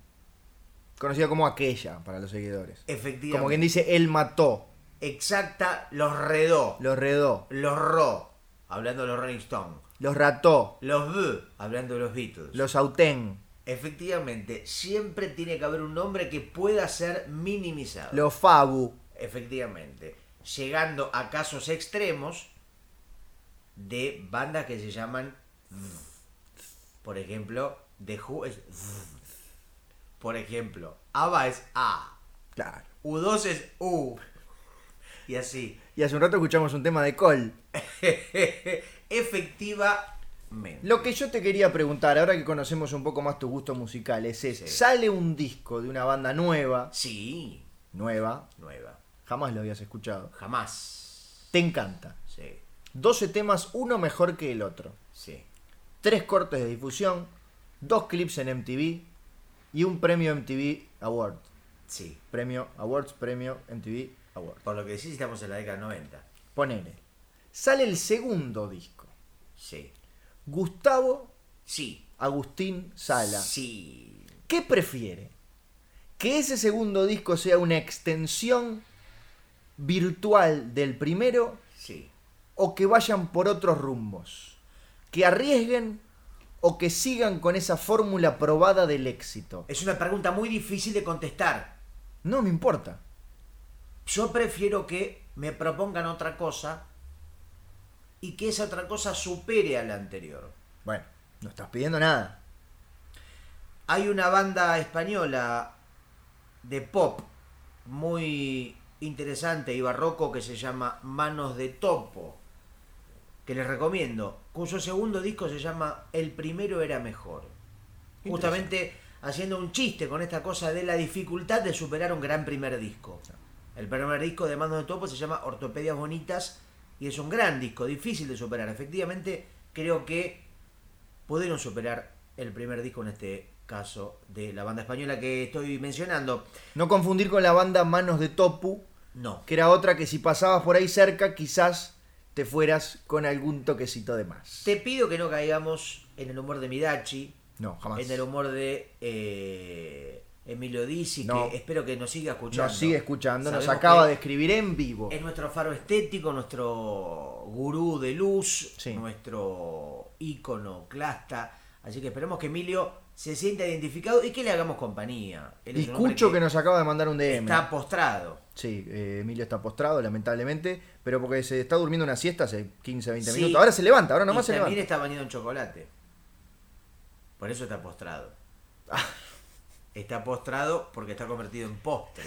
Speaker 2: Conocida como aquella para los seguidores.
Speaker 1: Efectivamente.
Speaker 2: Como quien dice, él mató,
Speaker 1: Exacta, los redó,
Speaker 2: los redó,
Speaker 1: los ro, hablando de los Rolling Stones,
Speaker 2: los rató,
Speaker 1: los b, hablando de los Beatles.
Speaker 2: los autén,
Speaker 1: Efectivamente, siempre tiene que haber un nombre que pueda ser minimizado.
Speaker 2: los fabu.
Speaker 1: Efectivamente. Llegando a casos extremos de bandas que se llaman. Por ejemplo, The Who es. Por ejemplo, ABBA es A.
Speaker 2: Claro.
Speaker 1: U2 es U. Y así. [laughs]
Speaker 2: Y hace un rato escuchamos un tema de Col.
Speaker 1: Efectivamente.
Speaker 2: Lo que yo te quería preguntar, ahora que conocemos un poco más tus gustos musicales, es,
Speaker 1: Sí.
Speaker 2: sale un disco de una banda nueva,
Speaker 1: Sí,
Speaker 2: nueva,
Speaker 1: nueva.
Speaker 2: jamás lo habías escuchado,
Speaker 1: Jamás.
Speaker 2: te encanta.
Speaker 1: Sí,
Speaker 2: 12 temas, uno mejor que el otro.
Speaker 1: sí.
Speaker 2: Tres cortes de difusión, dos clips en MTV, y un premio MTV Award.
Speaker 1: Sí.
Speaker 2: Premio Awards, premio MTV Award.
Speaker 1: Por lo que decís, estamos en la década del 90.
Speaker 2: Ponele. Sale el segundo disco.
Speaker 1: Sí.
Speaker 2: Gustavo
Speaker 1: Sí.
Speaker 2: Agustín Sala.
Speaker 1: Sí.
Speaker 2: ¿Qué prefiere? ¿Que ese segundo disco sea una extensión virtual del primero
Speaker 1: Sí.
Speaker 2: o que vayan por otros rumbos? ¿Que arriesguen o que sigan con esa fórmula probada del éxito?
Speaker 1: Es una pregunta muy difícil de contestar.
Speaker 2: No me importa.
Speaker 1: Yo prefiero que me propongan otra cosa y que esa otra cosa supere a la anterior.
Speaker 2: Bueno, no estás pidiendo nada.
Speaker 1: Hay una banda española de pop muy interesante y barroco que se llama Manos de Topo, que les recomiendo, cuyo segundo disco se llama El primero era mejor. Justamente haciendo un chiste con esta cosa de la dificultad de superar un gran primer disco. El primer disco de Manos de Topo se llama Ortopedias Bonitas y es un gran disco, difícil de superar. Efectivamente, creo que pudieron superar el primer disco en este caso de la banda española que estoy mencionando.
Speaker 2: No confundir con la banda Manos de Topu,
Speaker 1: No,
Speaker 2: que era otra que si pasabas por ahí cerca quizás te fueras con algún toquecito de más.
Speaker 1: te pido que no caigamos en el humor de Midachi,
Speaker 2: No, jamás.
Speaker 1: en el humor de eh, Emilio Dizzi,
Speaker 2: No.
Speaker 1: que espero que nos siga escuchando.
Speaker 2: Nos sigue escuchando, nos
Speaker 1: Sabemos
Speaker 2: acaba
Speaker 1: que
Speaker 2: de escribir en vivo.
Speaker 1: Es nuestro faro estético, nuestro gurú de luz,
Speaker 2: Sí.
Speaker 1: nuestro iconoclasta. Así que esperemos que Emilio se sienta identificado y que le hagamos compañía. Él es
Speaker 2: Y
Speaker 1: un hombre
Speaker 2: Cucho que nos acaba de mandar un DM.
Speaker 1: está postrado.
Speaker 2: Sí, eh, Emilio está postrado, lamentablemente, pero porque se está durmiendo una siesta hace 15, 20
Speaker 1: Sí.
Speaker 2: minutos. Ahora se levanta, ahora nomás
Speaker 1: y
Speaker 2: se
Speaker 1: también
Speaker 2: levanta.
Speaker 1: está bañado en chocolate. Por eso está
Speaker 2: [laughs]
Speaker 1: postrado. Está postrado porque está convertido en postre.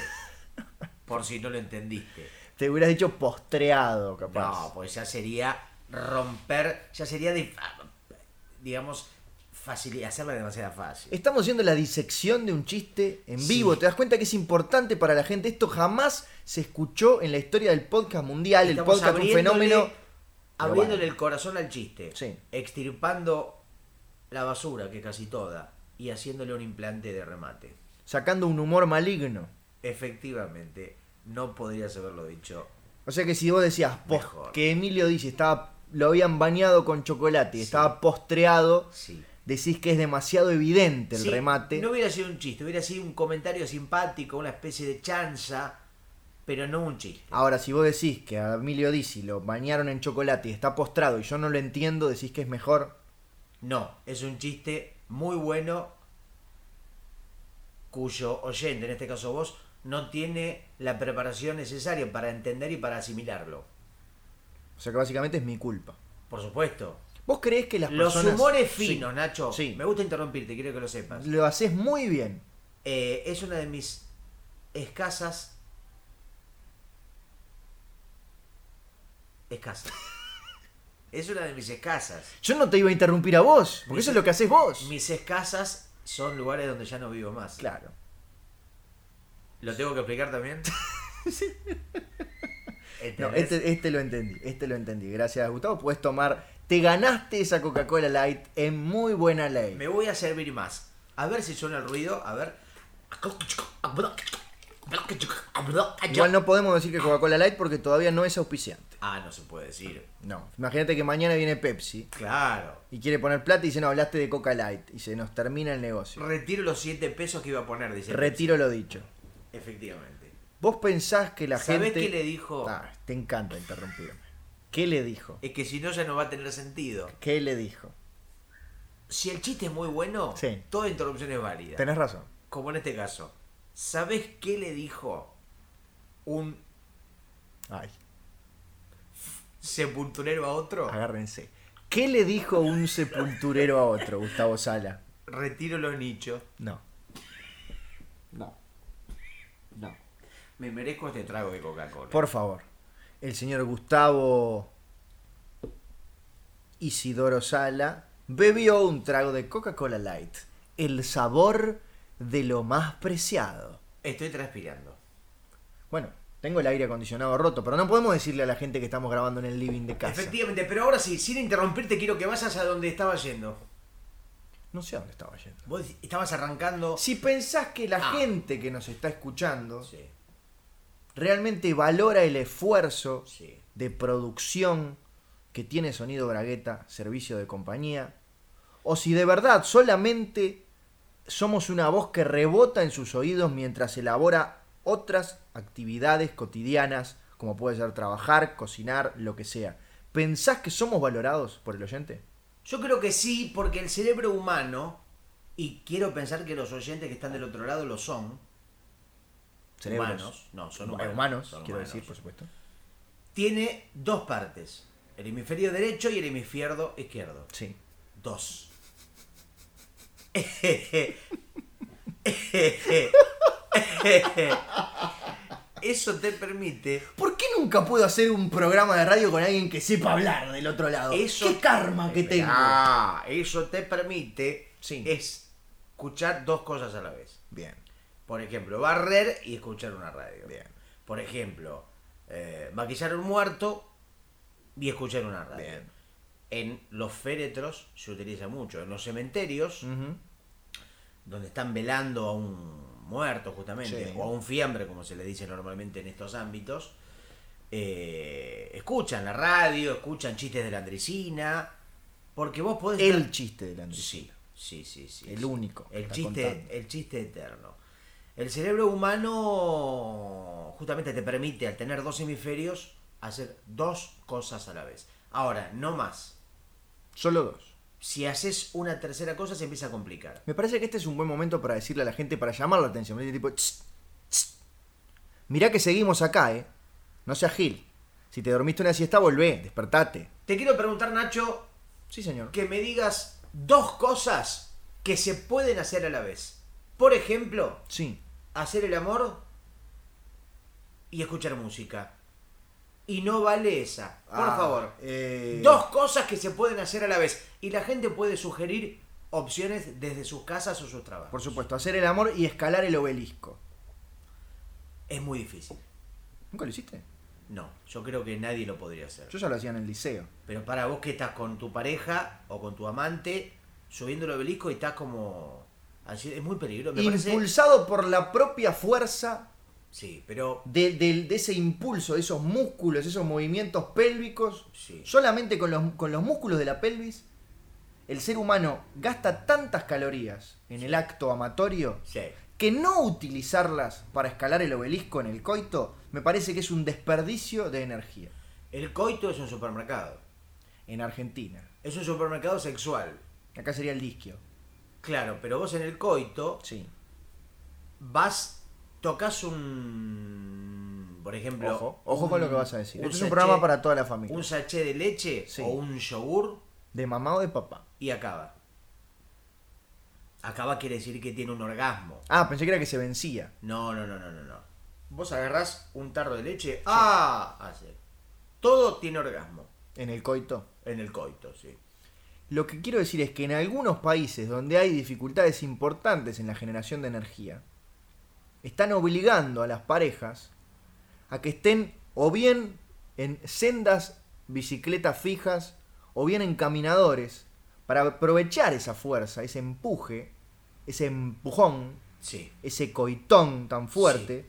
Speaker 1: Por si no lo entendiste.
Speaker 2: Te hubieras dicho postreado, capaz.
Speaker 1: No, pues ya sería romper, ya sería, de- digamos, facil, hacerla demasiado fácil.
Speaker 2: Estamos haciendo la disección de un chiste en
Speaker 1: Sí.
Speaker 2: vivo. Te das cuenta que es importante para la gente. Esto jamás se escuchó en la historia del podcast mundial.
Speaker 1: Estamos
Speaker 2: el podcast es un
Speaker 1: abriéndole-
Speaker 2: fenómeno.
Speaker 1: Abriéndole
Speaker 2: global.
Speaker 1: el corazón al chiste.
Speaker 2: Sí.
Speaker 1: Extirpando la basura, que casi toda, y haciéndole un implante de remate.
Speaker 2: Sacando un humor maligno.
Speaker 1: Efectivamente, no podrías haberlo dicho.
Speaker 2: O sea que si vos decías pos-
Speaker 1: Mejor.
Speaker 2: que Emilio dice estaba, lo habían bañado con chocolate y estaba postreado,
Speaker 1: Sí.
Speaker 2: decís que es demasiado evidente el
Speaker 1: Sí,
Speaker 2: remate.
Speaker 1: No hubiera sido un chiste, hubiera sido un comentario simpático, una especie de chanza, pero no un chiste.
Speaker 2: Ahora, si vos decís que a Emilio Dizzi lo bañaron en chocolate y está postrado y yo no lo entiendo, decís que es mejor.
Speaker 1: No, es un chiste muy bueno cuyo oyente, en este caso vos, no tiene la preparación necesaria para entender y para asimilarlo.
Speaker 2: O sea que básicamente es mi culpa.
Speaker 1: Por supuesto.
Speaker 2: ¿Vos creés que las
Speaker 1: Los
Speaker 2: personas...
Speaker 1: humores
Speaker 2: Sí,
Speaker 1: finos, Nacho.
Speaker 2: Sí.
Speaker 1: Me gusta interrumpirte, quiero que lo sepas.
Speaker 2: Lo haces muy bien.
Speaker 1: Eh, es una de mis escasas.
Speaker 2: [laughs]
Speaker 1: Escasas. es una de mis escasas.
Speaker 2: Yo no te iba a interrumpir a vos, porque eso es lo que haces vos.
Speaker 1: Mis escasas son lugares donde ya no vivo más.
Speaker 2: Claro.
Speaker 1: ¿Lo tengo que explicar
Speaker 2: [laughs]
Speaker 1: también?
Speaker 2: No,
Speaker 1: ¿Entendés?
Speaker 2: este, este lo entendí, este lo entendí. Gracias, Gustavo. Puedes tomar... Te ganaste esa Coca-Cola Light en muy buena ley.
Speaker 1: Me voy a servir más. A ver si suena el ruido. A ver.
Speaker 2: Igual no podemos decir que Coca-Cola Light porque todavía no es auspiciante.
Speaker 1: Ah, no se puede decir.
Speaker 2: No. Imagínate que mañana viene Pepsi
Speaker 1: Claro.
Speaker 2: y quiere poner plata y dice, no, hablaste de Coca Light. Y se nos termina el negocio.
Speaker 1: Retiro los 7 pesos que iba a poner, dice.
Speaker 2: Retiro lo dicho.
Speaker 1: Efectivamente.
Speaker 2: ¿Vos pensás que la
Speaker 1: ¿Sabés
Speaker 2: gente...
Speaker 1: qué le dijo?
Speaker 2: Ah, te encanta interrumpirme. ¿Qué le dijo?
Speaker 1: Es que si no, ya no va a tener sentido.
Speaker 2: ¿Qué le dijo?
Speaker 1: Si el chiste es muy bueno,
Speaker 2: Sí.
Speaker 1: toda interrupción es válida.
Speaker 2: Tenés razón.
Speaker 1: Como en este caso. ¿Sabés qué le dijo un
Speaker 2: Ay,
Speaker 1: sepulturero a otro?
Speaker 2: agárrense. ¿Qué le dijo un sepulturero a otro, Gustavo Sala?
Speaker 1: Retiro los nichos.
Speaker 2: No.
Speaker 1: No. No. Me merezco este trago de Coca-Cola.
Speaker 2: Por favor. El señor Gustavo Isidoro Sala bebió un trago de Coca-Cola Light. El sabor de lo más preciado.
Speaker 1: Estoy transpirando.
Speaker 2: Bueno, tengo el aire acondicionado roto, pero no podemos decirle a la gente que estamos grabando en el living de casa.
Speaker 1: Efectivamente, pero ahora sí, sin interrumpirte, quiero que vayas a donde estaba yendo.
Speaker 2: No sé a dónde estaba yendo.
Speaker 1: Vos dec- estabas arrancando.
Speaker 2: Si pensás que la
Speaker 1: Ah.
Speaker 2: gente que nos está escuchando
Speaker 1: Sí,
Speaker 2: realmente valora el esfuerzo
Speaker 1: sí.
Speaker 2: de producción que tiene Sonido Bragueta, servicio de compañía, o si de verdad solamente somos una voz que rebota en sus oídos mientras elabora otras actividades cotidianas, como puede ser trabajar, cocinar, lo que sea. ¿Pensás que somos valorados por el oyente?
Speaker 1: Yo creo que sí, porque el cerebro humano, y quiero pensar que los oyentes que están del otro lado lo son,
Speaker 2: Cerebros.
Speaker 1: Humanos, no, son
Speaker 2: Eh,
Speaker 1: humanos,
Speaker 2: Humanos,
Speaker 1: son
Speaker 2: quiero
Speaker 1: humanos.
Speaker 2: decir, por supuesto.
Speaker 1: tiene dos partes. El hemisferio derecho y el hemisferio izquierdo.
Speaker 2: Sí.
Speaker 1: Dos. [laughs] Eso te permite
Speaker 2: ¿Por qué nunca puedo hacer un programa de radio con alguien que sepa hablar del otro lado?
Speaker 1: Eso- Eh,
Speaker 2: ¿Qué karma que tengo?
Speaker 1: Ah, eso te permite
Speaker 2: Sí.
Speaker 1: es escuchar dos cosas a la vez.
Speaker 2: Bien,
Speaker 1: Por ejemplo, barrer y escuchar una radio.
Speaker 2: Bien.
Speaker 1: Por ejemplo, eh, maquillar un muerto y escuchar una radio.
Speaker 2: Bien.
Speaker 1: En los féretros se utiliza mucho. En los cementerios,
Speaker 2: Ujú.
Speaker 1: donde están velando a un muerto justamente,
Speaker 2: Sí.
Speaker 1: o a un fiambre, como se le dice normalmente en estos ámbitos, eh, escuchan la radio, escuchan chistes de la andricina, porque vos podés...
Speaker 2: El
Speaker 1: estar-
Speaker 2: chiste del Andrés.
Speaker 1: Sí, sí, sí, sí.
Speaker 2: El
Speaker 1: sí.
Speaker 2: único que
Speaker 1: El
Speaker 2: está
Speaker 1: chiste,
Speaker 2: contando.
Speaker 1: el chiste eterno. El cerebro humano justamente te permite, al tener dos hemisferios, hacer dos cosas a la vez. Ahora, no más.
Speaker 2: Solo dos.
Speaker 1: Si haces una tercera cosa, se empieza a complicar.
Speaker 2: Me parece que este es un buen momento para decirle a la gente, para llamar la atención. Dice tipo, "Tss, tss". mirá que seguimos acá, ¿eh? No seas gil. Si te dormiste una siesta, volvé, despertate.
Speaker 1: Te quiero preguntar, Nacho,
Speaker 2: Sí, señor.
Speaker 1: que me digas dos cosas que se pueden hacer a la vez. Por ejemplo,
Speaker 2: Sí.
Speaker 1: hacer el amor y escuchar música. Y no vale esa. Por
Speaker 2: Ah,
Speaker 1: favor.
Speaker 2: eh,
Speaker 1: Dos cosas que se pueden hacer a la vez. Y la gente puede sugerir opciones desde sus casas o sus trabajos.
Speaker 2: Por supuesto, hacer el amor y escalar el obelisco.
Speaker 1: Es muy difícil.
Speaker 2: ¿Nunca lo hiciste?
Speaker 1: No, yo creo que nadie lo podría hacer.
Speaker 2: Yo ya lo hacía en el liceo.
Speaker 1: Pero para vos que estás con tu pareja o con tu amante subiendo el obelisco y estás como... así, es muy peligroso. Me parece...
Speaker 2: Impulsado por la propia fuerza
Speaker 1: Sí, pero...
Speaker 2: de, de- de ese impulso, de esos músculos, esos movimientos pélvicos,
Speaker 1: Sí.
Speaker 2: solamente con los, con los músculos de la pelvis, el ser humano gasta tantas calorías en el acto amatorio
Speaker 1: Sí.
Speaker 2: que no utilizarlas para escalar el obelisco en el coito me parece que es un desperdicio de energía.
Speaker 1: El coito es un supermercado.
Speaker 2: En Argentina.
Speaker 1: Es un supermercado sexual.
Speaker 2: Acá sería el disquio.
Speaker 1: Claro, pero vos en el coito
Speaker 2: Sí.
Speaker 1: vas, tocas un... Por ejemplo...
Speaker 2: Ojo, ojo con lo que vas a decir.
Speaker 1: un
Speaker 2: Este es un
Speaker 1: sachet-
Speaker 2: programa para toda la familia.
Speaker 1: un sachet de leche
Speaker 2: Sí.
Speaker 1: o un yogur
Speaker 2: De mamá o de papá.
Speaker 1: y acaba. Acaba quiere decir que tiene un orgasmo.
Speaker 2: Ah, pensé que era que se vencía.
Speaker 1: No, no, no, no, no, no. Vos agarrás un tarro de leche, ¡ah! Hace. Todo tiene orgasmo
Speaker 2: En el coito.
Speaker 1: en el coito, sí.
Speaker 2: Lo que quiero decir es que en algunos países donde hay dificultades importantes en la generación de energía, están obligando a las parejas a que estén o bien en sendas bicicletas fijas o bien en caminadores para aprovechar esa fuerza, ese empuje, ese empujón,
Speaker 1: Sí.
Speaker 2: ese coitón tan fuerte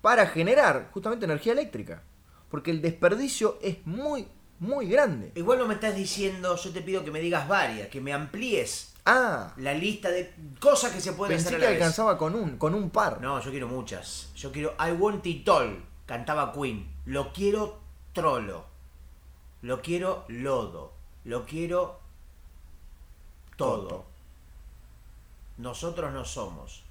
Speaker 2: para generar justamente energía eléctrica. Porque el desperdicio es muy, muy grande.
Speaker 1: Igual no me estás diciendo, yo te pido que me digas varias, que me amplíes
Speaker 2: Ah,
Speaker 1: la lista de cosas que se pueden
Speaker 2: Pensé
Speaker 1: hacer a
Speaker 2: que
Speaker 1: la vez.
Speaker 2: alcanzaba con un, con un par.
Speaker 1: No, yo quiero muchas. Yo quiero I want it all, cantaba Queen. Lo quiero trolo. Lo quiero lodo. Lo quiero todo.
Speaker 2: Toto.
Speaker 1: Nosotros no somos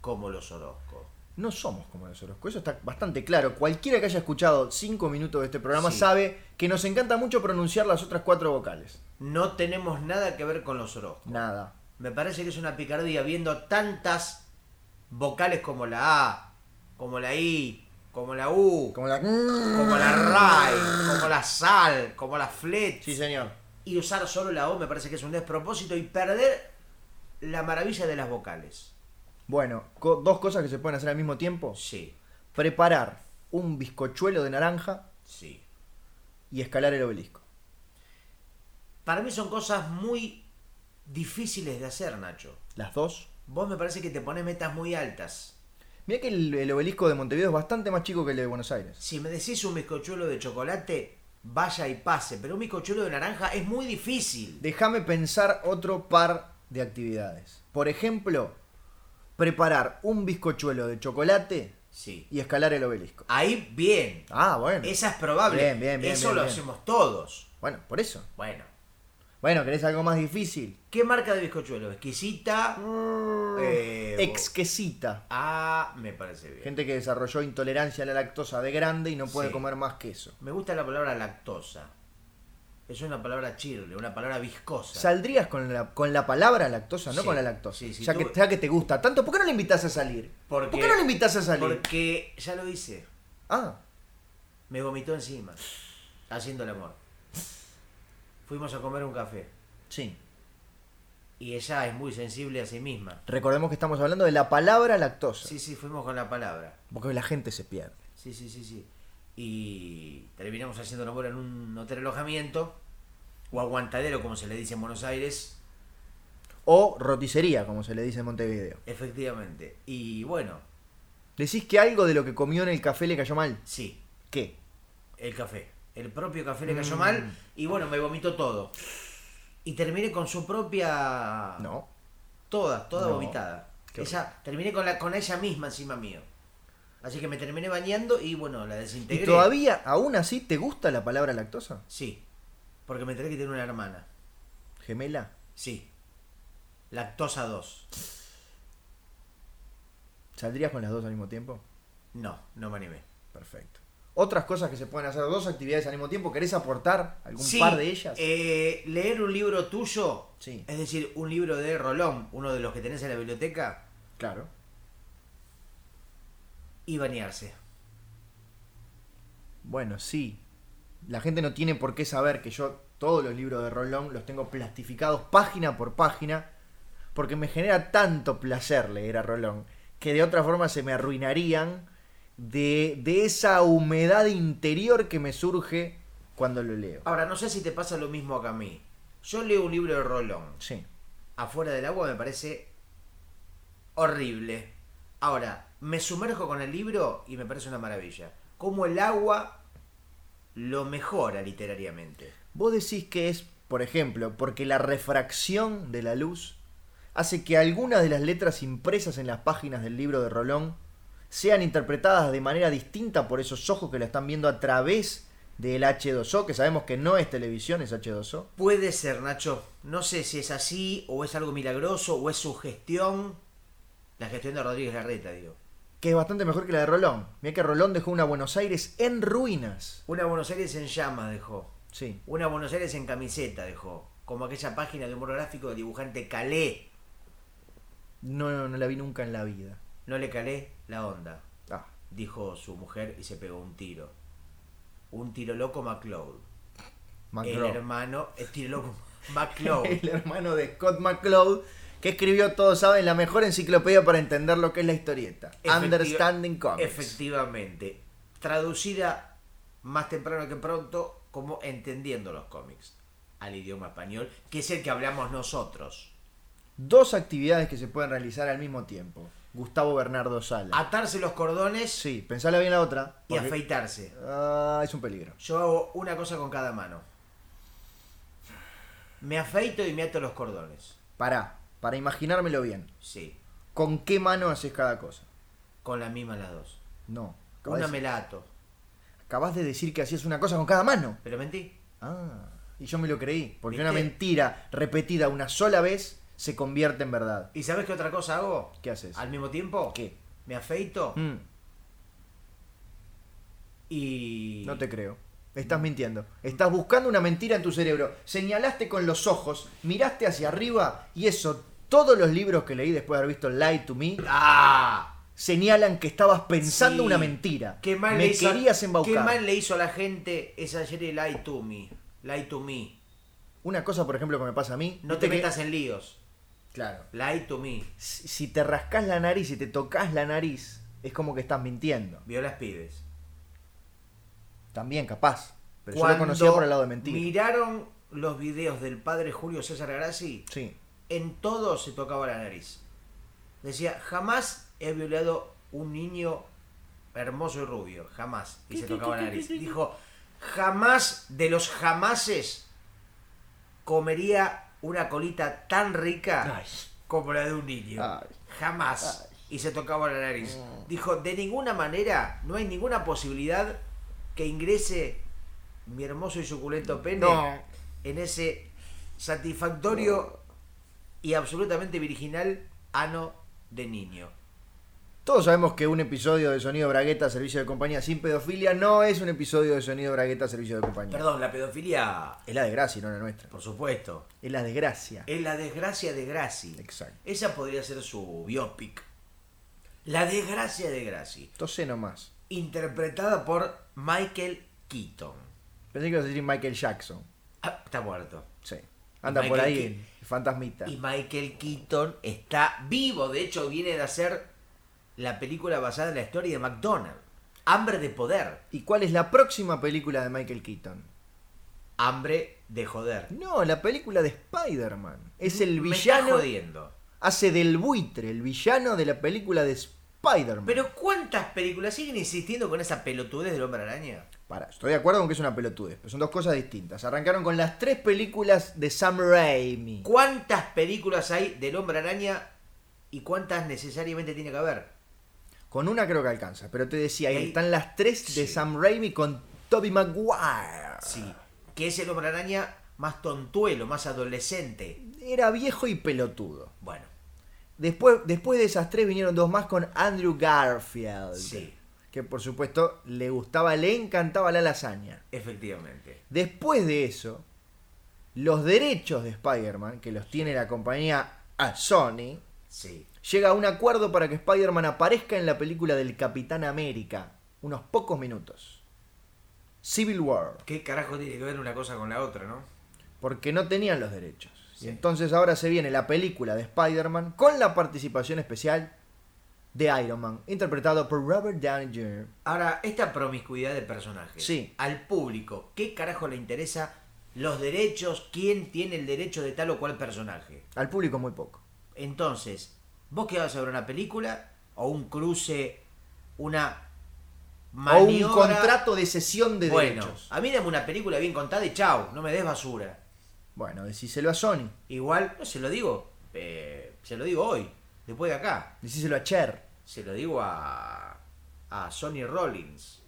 Speaker 1: como los Orozco.
Speaker 2: No somos como los Orozco, eso está bastante claro. Cualquiera que haya escuchado cinco minutos de este programa
Speaker 1: Sí.
Speaker 2: sabe que nos encanta mucho pronunciar las otras cuatro vocales.
Speaker 1: No tenemos nada que ver con los Orozco.
Speaker 2: Nada.
Speaker 1: Me parece que es una picardía viendo tantas vocales como la A, como la I, como la U, como,
Speaker 2: Como la...
Speaker 1: la RAI, como la SAL, como la FLET.
Speaker 2: Sí, señor.
Speaker 1: y usar solo la O me parece que es un despropósito y perder la maravilla de las vocales.
Speaker 2: Bueno, co- dos cosas que se pueden hacer al mismo tiempo.
Speaker 1: Sí,
Speaker 2: Preparar un bizcochuelo de naranja
Speaker 1: sí.
Speaker 2: y escalar el obelisco.
Speaker 1: Para mí son cosas muy difíciles de hacer, Nacho.
Speaker 2: Las dos.
Speaker 1: Vos me parece que te pones metas muy altas.
Speaker 2: Mira que el, el obelisco de Montevideo es bastante más chico que el de Buenos Aires.
Speaker 1: Si me decís un bizcochuelo de chocolate, vaya y pase, pero un bizcochuelo de naranja es muy difícil.
Speaker 2: Déjame pensar otro par de actividades. Por ejemplo, preparar un bizcochuelo de chocolate
Speaker 1: Sí.
Speaker 2: y escalar el obelisco.
Speaker 1: Ahí, bien.
Speaker 2: Ah, bueno.
Speaker 1: Esa es probable.
Speaker 2: Bien, bien, bien,
Speaker 1: Eso
Speaker 2: bien,
Speaker 1: lo
Speaker 2: bien.
Speaker 1: hacemos todos.
Speaker 2: Bueno, por eso.
Speaker 1: Bueno.
Speaker 2: Bueno, ¿querés algo más difícil?
Speaker 1: ¿Qué marca de bizcochuelo? Exquisita. Eh,
Speaker 2: Exquisita.
Speaker 1: Ah, me parece bien.
Speaker 2: Gente que desarrolló intolerancia a la lactosa de grande y no puede
Speaker 1: Sí.
Speaker 2: comer más queso.
Speaker 1: Me gusta la palabra lactosa. Es una palabra chirle, una palabra viscosa.
Speaker 2: ¿Saldrías con la, con la palabra lactosa, no
Speaker 1: Sí.
Speaker 2: con la lactosa?
Speaker 1: Sí, sí,
Speaker 2: ya,
Speaker 1: tú-
Speaker 2: que, ya que te gusta tanto, ¿por qué no le invitas a salir?
Speaker 1: Porque-
Speaker 2: ¿Por qué no le invitas a salir?
Speaker 1: Porque ya lo hice.
Speaker 2: Ah,
Speaker 1: Me vomitó encima. Haciendo el amor. Fuimos a comer un café.
Speaker 2: sí.
Speaker 1: Y ella es muy sensible a sí misma.
Speaker 2: Recordemos que estamos hablando de la palabra lactosa.
Speaker 1: Sí, sí, fuimos con la palabra.
Speaker 2: Porque la gente se pierde.
Speaker 1: Sí, sí, sí, sí. Y terminamos haciendo el amor en un hotel alojamiento. O aguantadero, como se le dice en Buenos Aires.
Speaker 2: O roticería, como se le dice en Montevideo.
Speaker 1: Efectivamente. Y bueno,
Speaker 2: Decís que algo de lo que comió en el café le cayó mal.
Speaker 1: sí,
Speaker 2: ¿Qué?
Speaker 1: el café. El propio café le cayó
Speaker 2: Mm.
Speaker 1: mal y bueno, me vomitó todo. Y terminé con su propia...
Speaker 2: No.
Speaker 1: Toda, toda
Speaker 2: No.
Speaker 1: vomitada.
Speaker 2: Qué
Speaker 1: Ella, terminé con, la, con ella misma encima mío. Así que me terminé bañando y bueno, la
Speaker 2: ¿Y
Speaker 1: desintegré.
Speaker 2: todavía, aún así, te gusta la palabra lactosa?
Speaker 1: Sí. Porque me enteré que tiene una hermana.
Speaker 2: Gemela.
Speaker 1: Sí. Lactosa 2.
Speaker 2: ¿Saldrías con las dos al mismo tiempo?
Speaker 1: No, no me animé.
Speaker 2: Perfecto. Otras cosas que se pueden hacer, dos actividades al mismo tiempo, ¿querés aportar algún
Speaker 1: Sí,
Speaker 2: par de ellas?
Speaker 1: eh, leer un libro tuyo,
Speaker 2: Sí.
Speaker 1: es decir, un libro de Rolón, uno de los que tenés en la biblioteca,
Speaker 2: Claro.
Speaker 1: y bañarse.
Speaker 2: Bueno, sí. La gente no tiene por qué saber que yo todos los libros de Rolón los tengo plastificados página por página, porque me genera tanto placer leer a Rolón, que de otra forma se me arruinarían de, de esa humedad interior que me surge cuando lo leo.
Speaker 1: Ahora, no sé si te pasa lo mismo que a mí. Yo leo un libro de Rolón.
Speaker 2: Sí.
Speaker 1: Afuera del agua me parece horrible. Ahora, me sumerjo con el libro y me parece una maravilla. Como el agua lo mejora literariamente.
Speaker 2: Vos decís que es, por ejemplo, porque la refracción de la luz hace que algunas de las letras impresas en las páginas del libro de Rolón sean interpretadas de manera distinta por esos ojos que la están viendo a través del H2O, que sabemos que no es televisión, es H2O.
Speaker 1: Puede ser, Nacho. No sé si es así, o es algo milagroso, o es su gestión. La gestión de Rodríguez Larreta, digo.
Speaker 2: Que es bastante mejor que la de Rolón. Mira que Rolón dejó una Buenos Aires en ruinas.
Speaker 1: Una Buenos Aires en llamas dejó.
Speaker 2: Sí.
Speaker 1: Una Buenos Aires en camiseta dejó. Como aquella página de humor gráfico del dibujante Calé.
Speaker 2: No, no, no la vi nunca en la vida.
Speaker 1: No le calé la onda,
Speaker 2: Ah,
Speaker 1: dijo su mujer y se pegó un tiro. Un tiro loco McLeod. El
Speaker 2: Macro.
Speaker 1: hermano. El tiro
Speaker 2: [laughs]
Speaker 1: loco McLeod.
Speaker 2: el hermano de Scott McCloud, que escribió, todos saben, la mejor enciclopedia para entender lo que es la historieta.
Speaker 1: Efectiva-
Speaker 2: Understanding Comics.
Speaker 1: Efectivamente. Traducida más temprano que pronto como entendiendo los cómics al idioma español, que es el que hablamos nosotros.
Speaker 2: Dos actividades que se pueden realizar al mismo tiempo. Gustavo Bernardo Sala.
Speaker 1: Atarse los cordones
Speaker 2: Sí, pensala bien la otra.
Speaker 1: Ah. y
Speaker 2: porque-
Speaker 1: afeitarse.
Speaker 2: Ah, es un peligro.
Speaker 1: Yo hago una cosa con cada mano. Me afeito y me ato los cordones.
Speaker 2: Pará, para imaginármelo bien.
Speaker 1: Sí,
Speaker 2: ¿Con qué mano haces cada cosa?
Speaker 1: con la misma las dos.
Speaker 2: No. Acabas,
Speaker 1: Una
Speaker 2: de-
Speaker 1: me la ato.
Speaker 2: acabas de decir que hacías una cosa con cada mano.
Speaker 1: Pero mentí.
Speaker 2: Ah, y yo me lo creí. Porque
Speaker 1: ¿Viste?
Speaker 2: una mentira repetida una sola vez se convierte en verdad.
Speaker 1: ¿Y sabes qué otra cosa hago?
Speaker 2: ¿Qué haces?
Speaker 1: Al mismo tiempo,
Speaker 2: ¿Qué?
Speaker 1: me afeito
Speaker 2: Mm.
Speaker 1: y...
Speaker 2: No te creo. Estás mintiendo. Estás buscando una mentira en tu cerebro. Señalaste con los ojos, miraste hacia arriba y eso, todos los libros que leí después de haber visto Lie to Me,
Speaker 1: ¡Ah!
Speaker 2: señalan que estabas pensando
Speaker 1: Sí.
Speaker 2: una mentira.
Speaker 1: Qué mal
Speaker 2: Me
Speaker 1: le hizo,
Speaker 2: querías embaucar.
Speaker 1: Qué mal le hizo a la gente esa serie Lie to Me. Lie to Me.
Speaker 2: Una cosa, por ejemplo, que me pasa a mí.
Speaker 1: No
Speaker 2: viste
Speaker 1: te
Speaker 2: que-
Speaker 1: metas en líos.
Speaker 2: Claro.
Speaker 1: Lie to Me.
Speaker 2: Si si te rascas la nariz y te tocas la nariz, es como que estás mintiendo.
Speaker 1: Violas pibes.
Speaker 2: También, capaz. Pero yo lo
Speaker 1: Cuando
Speaker 2: conocía por el lado de mentir.
Speaker 1: Miraron los videos del padre Julio César Grassi.
Speaker 2: Sí.
Speaker 1: en todo se tocaba la nariz. Decía, jamás he violado un niño hermoso y rubio, jamás. Y se tocaba la nariz. Dijo, jamás de los jamases comería una colita tan rica
Speaker 3: Ay.
Speaker 1: como la de un niño.
Speaker 2: Ay.
Speaker 1: Jamás. Y se tocaba la nariz. Dijo, de ninguna manera, no hay ninguna posibilidad que ingrese mi hermoso y suculento pene
Speaker 2: No.
Speaker 1: en ese satisfactorio y absolutamente virginal ano de niño.
Speaker 2: Todos sabemos que un episodio de Sonido Bragueta, Servicio de Compañía sin pedofilia, no es un episodio de Sonido Bragueta, Servicio de Compañía.
Speaker 1: Perdón, la pedofilia,
Speaker 2: Es la desgracia, no la nuestra.
Speaker 1: por supuesto,
Speaker 2: Es la desgracia.
Speaker 1: es la desgracia de Graci.
Speaker 2: Exacto.
Speaker 1: Esa podría ser su biopic. La desgracia de Graci,
Speaker 2: Entonces nomás.
Speaker 1: interpretada por Michael Keaton.
Speaker 2: Pensé que ibas a decir Michael Jackson.
Speaker 1: Ah, está muerto.
Speaker 2: Sí. Anda
Speaker 1: Michael
Speaker 2: por ahí,
Speaker 1: Keaton.
Speaker 2: el fantasmita.
Speaker 1: Y Michael Keaton está vivo. De hecho, viene de hacer la película basada en la historia de McDonald. Hambre de poder.
Speaker 2: ¿Y cuál es la próxima película de Michael Keaton?
Speaker 1: Hambre de joder.
Speaker 2: No, la película de Spider-Man. Es el
Speaker 1: Me está
Speaker 2: villano.
Speaker 1: jodiendo.
Speaker 2: Hace del buitre, el villano de la película de Spider-Man.
Speaker 1: Pero ¿cuántas películas siguen insistiendo con esa pelotudez del hombre araña?
Speaker 2: Pará, estoy de acuerdo con que es una pelotudez, pero son dos cosas distintas. Arrancaron con las tres películas de Sam Raimi.
Speaker 1: ¿Cuántas películas hay del hombre araña y cuántas necesariamente tiene que haber?
Speaker 2: Con una creo que alcanza, pero te decía, ahí
Speaker 1: Ey.
Speaker 2: están las tres de
Speaker 1: Sí.
Speaker 2: Sam Raimi con Toby Maguire.
Speaker 1: Sí. Que es el hombre araña más tontuelo, más adolescente.
Speaker 2: Era viejo y pelotudo.
Speaker 1: Bueno,
Speaker 2: Después, después de esas tres vinieron dos más con Andrew Garfield.
Speaker 1: Sí.
Speaker 2: Que por supuesto le gustaba, le encantaba la lasaña.
Speaker 1: efectivamente.
Speaker 2: Después de eso, los derechos de Spider-Man, que los tiene la compañía a Sony,
Speaker 1: Sí.
Speaker 2: llega a un acuerdo para que Spider-Man aparezca en la película del Capitán América. Unos pocos minutos. Civil War.
Speaker 1: ¿Qué carajo tiene que ver una cosa con la otra, no?
Speaker 2: Porque no tenían los derechos.
Speaker 1: Sí.
Speaker 2: Y entonces ahora se viene la película de Spider-Man con la participación especial de Iron Man, interpretado por Robert Downey Jr.
Speaker 1: Ahora, esta promiscuidad de personajes.
Speaker 2: Sí.
Speaker 1: Al público, ¿qué carajo le interesa los derechos? ¿Quién tiene el derecho de tal o cual personaje?
Speaker 2: Al público muy poco.
Speaker 1: Entonces, vos que vas a ver una película o un cruce, una maniobra...
Speaker 2: O un contrato de cesión de
Speaker 1: bueno,
Speaker 2: derechos.
Speaker 1: a mí dame una película bien contada y chao, no me des basura.
Speaker 2: Bueno, decíselo a Sony,
Speaker 1: Igual, no se lo digo, eh, se lo digo hoy, después de acá.
Speaker 2: decíselo a Cher.
Speaker 1: Se lo digo a, a Sonny Rollins,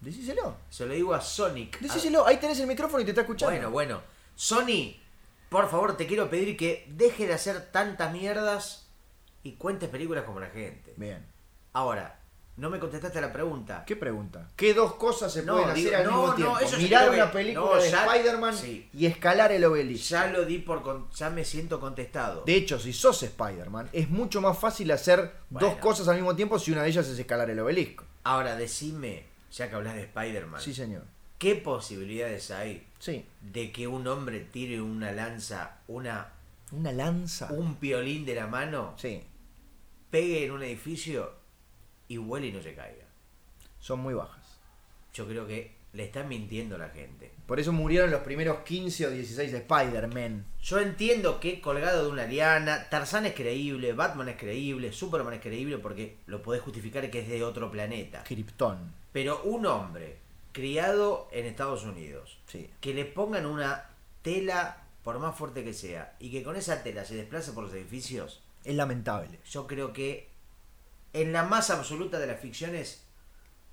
Speaker 2: Decíselo.
Speaker 1: se lo digo a Sonic. a-
Speaker 2: Decíselo, ahí tenés el micrófono y te está escuchando.
Speaker 1: Bueno, bueno. Sony, por favor, te quiero pedir que deje de hacer tantas mierdas y cuentes películas como la gente.
Speaker 2: Bien.
Speaker 1: Ahora, no me contestaste la pregunta.
Speaker 2: ¿Qué pregunta? ¿Qué dos cosas se pueden
Speaker 1: digo,
Speaker 2: hacer al
Speaker 1: no,
Speaker 2: mismo
Speaker 1: no,
Speaker 2: tiempo?
Speaker 1: eso sí
Speaker 2: Mirar
Speaker 1: creo que-
Speaker 2: una película
Speaker 1: no,
Speaker 2: de
Speaker 1: ya-
Speaker 2: Spider-Man
Speaker 1: sí.
Speaker 2: y escalar el obelisco.
Speaker 1: Ya lo di por con- ya me siento contestado.
Speaker 2: De hecho, si sos Spider-Man, es mucho más fácil hacer
Speaker 1: Bueno.
Speaker 2: dos cosas al mismo tiempo si una de ellas es escalar el obelisco.
Speaker 1: Ahora decime, ya que hablas de Spider-Man,
Speaker 2: Sí, señor.
Speaker 1: ¿qué posibilidades hay
Speaker 2: Sí.
Speaker 1: de que un hombre tire una lanza, una
Speaker 2: Una lanza.
Speaker 1: un piolín de la mano,
Speaker 2: Sí.
Speaker 1: pegue en un edificio y vuele y no se caiga?
Speaker 2: Son muy bajas.
Speaker 1: Yo creo que le están mintiendo a la gente.
Speaker 2: Por eso murieron los primeros 15 o 16 Spider-Man.
Speaker 1: Yo entiendo que colgado de una liana, Tarzán es creíble, Batman es creíble, Superman es creíble porque lo podés justificar que es de otro planeta.
Speaker 2: Krypton.
Speaker 1: Pero un hombre criado en Estados Unidos,
Speaker 2: Sí.
Speaker 1: que le pongan una tela, por más fuerte que sea, y que con esa tela se desplace por los edificios,
Speaker 2: Es lamentable.
Speaker 1: yo creo que en la más absoluta de las ficciones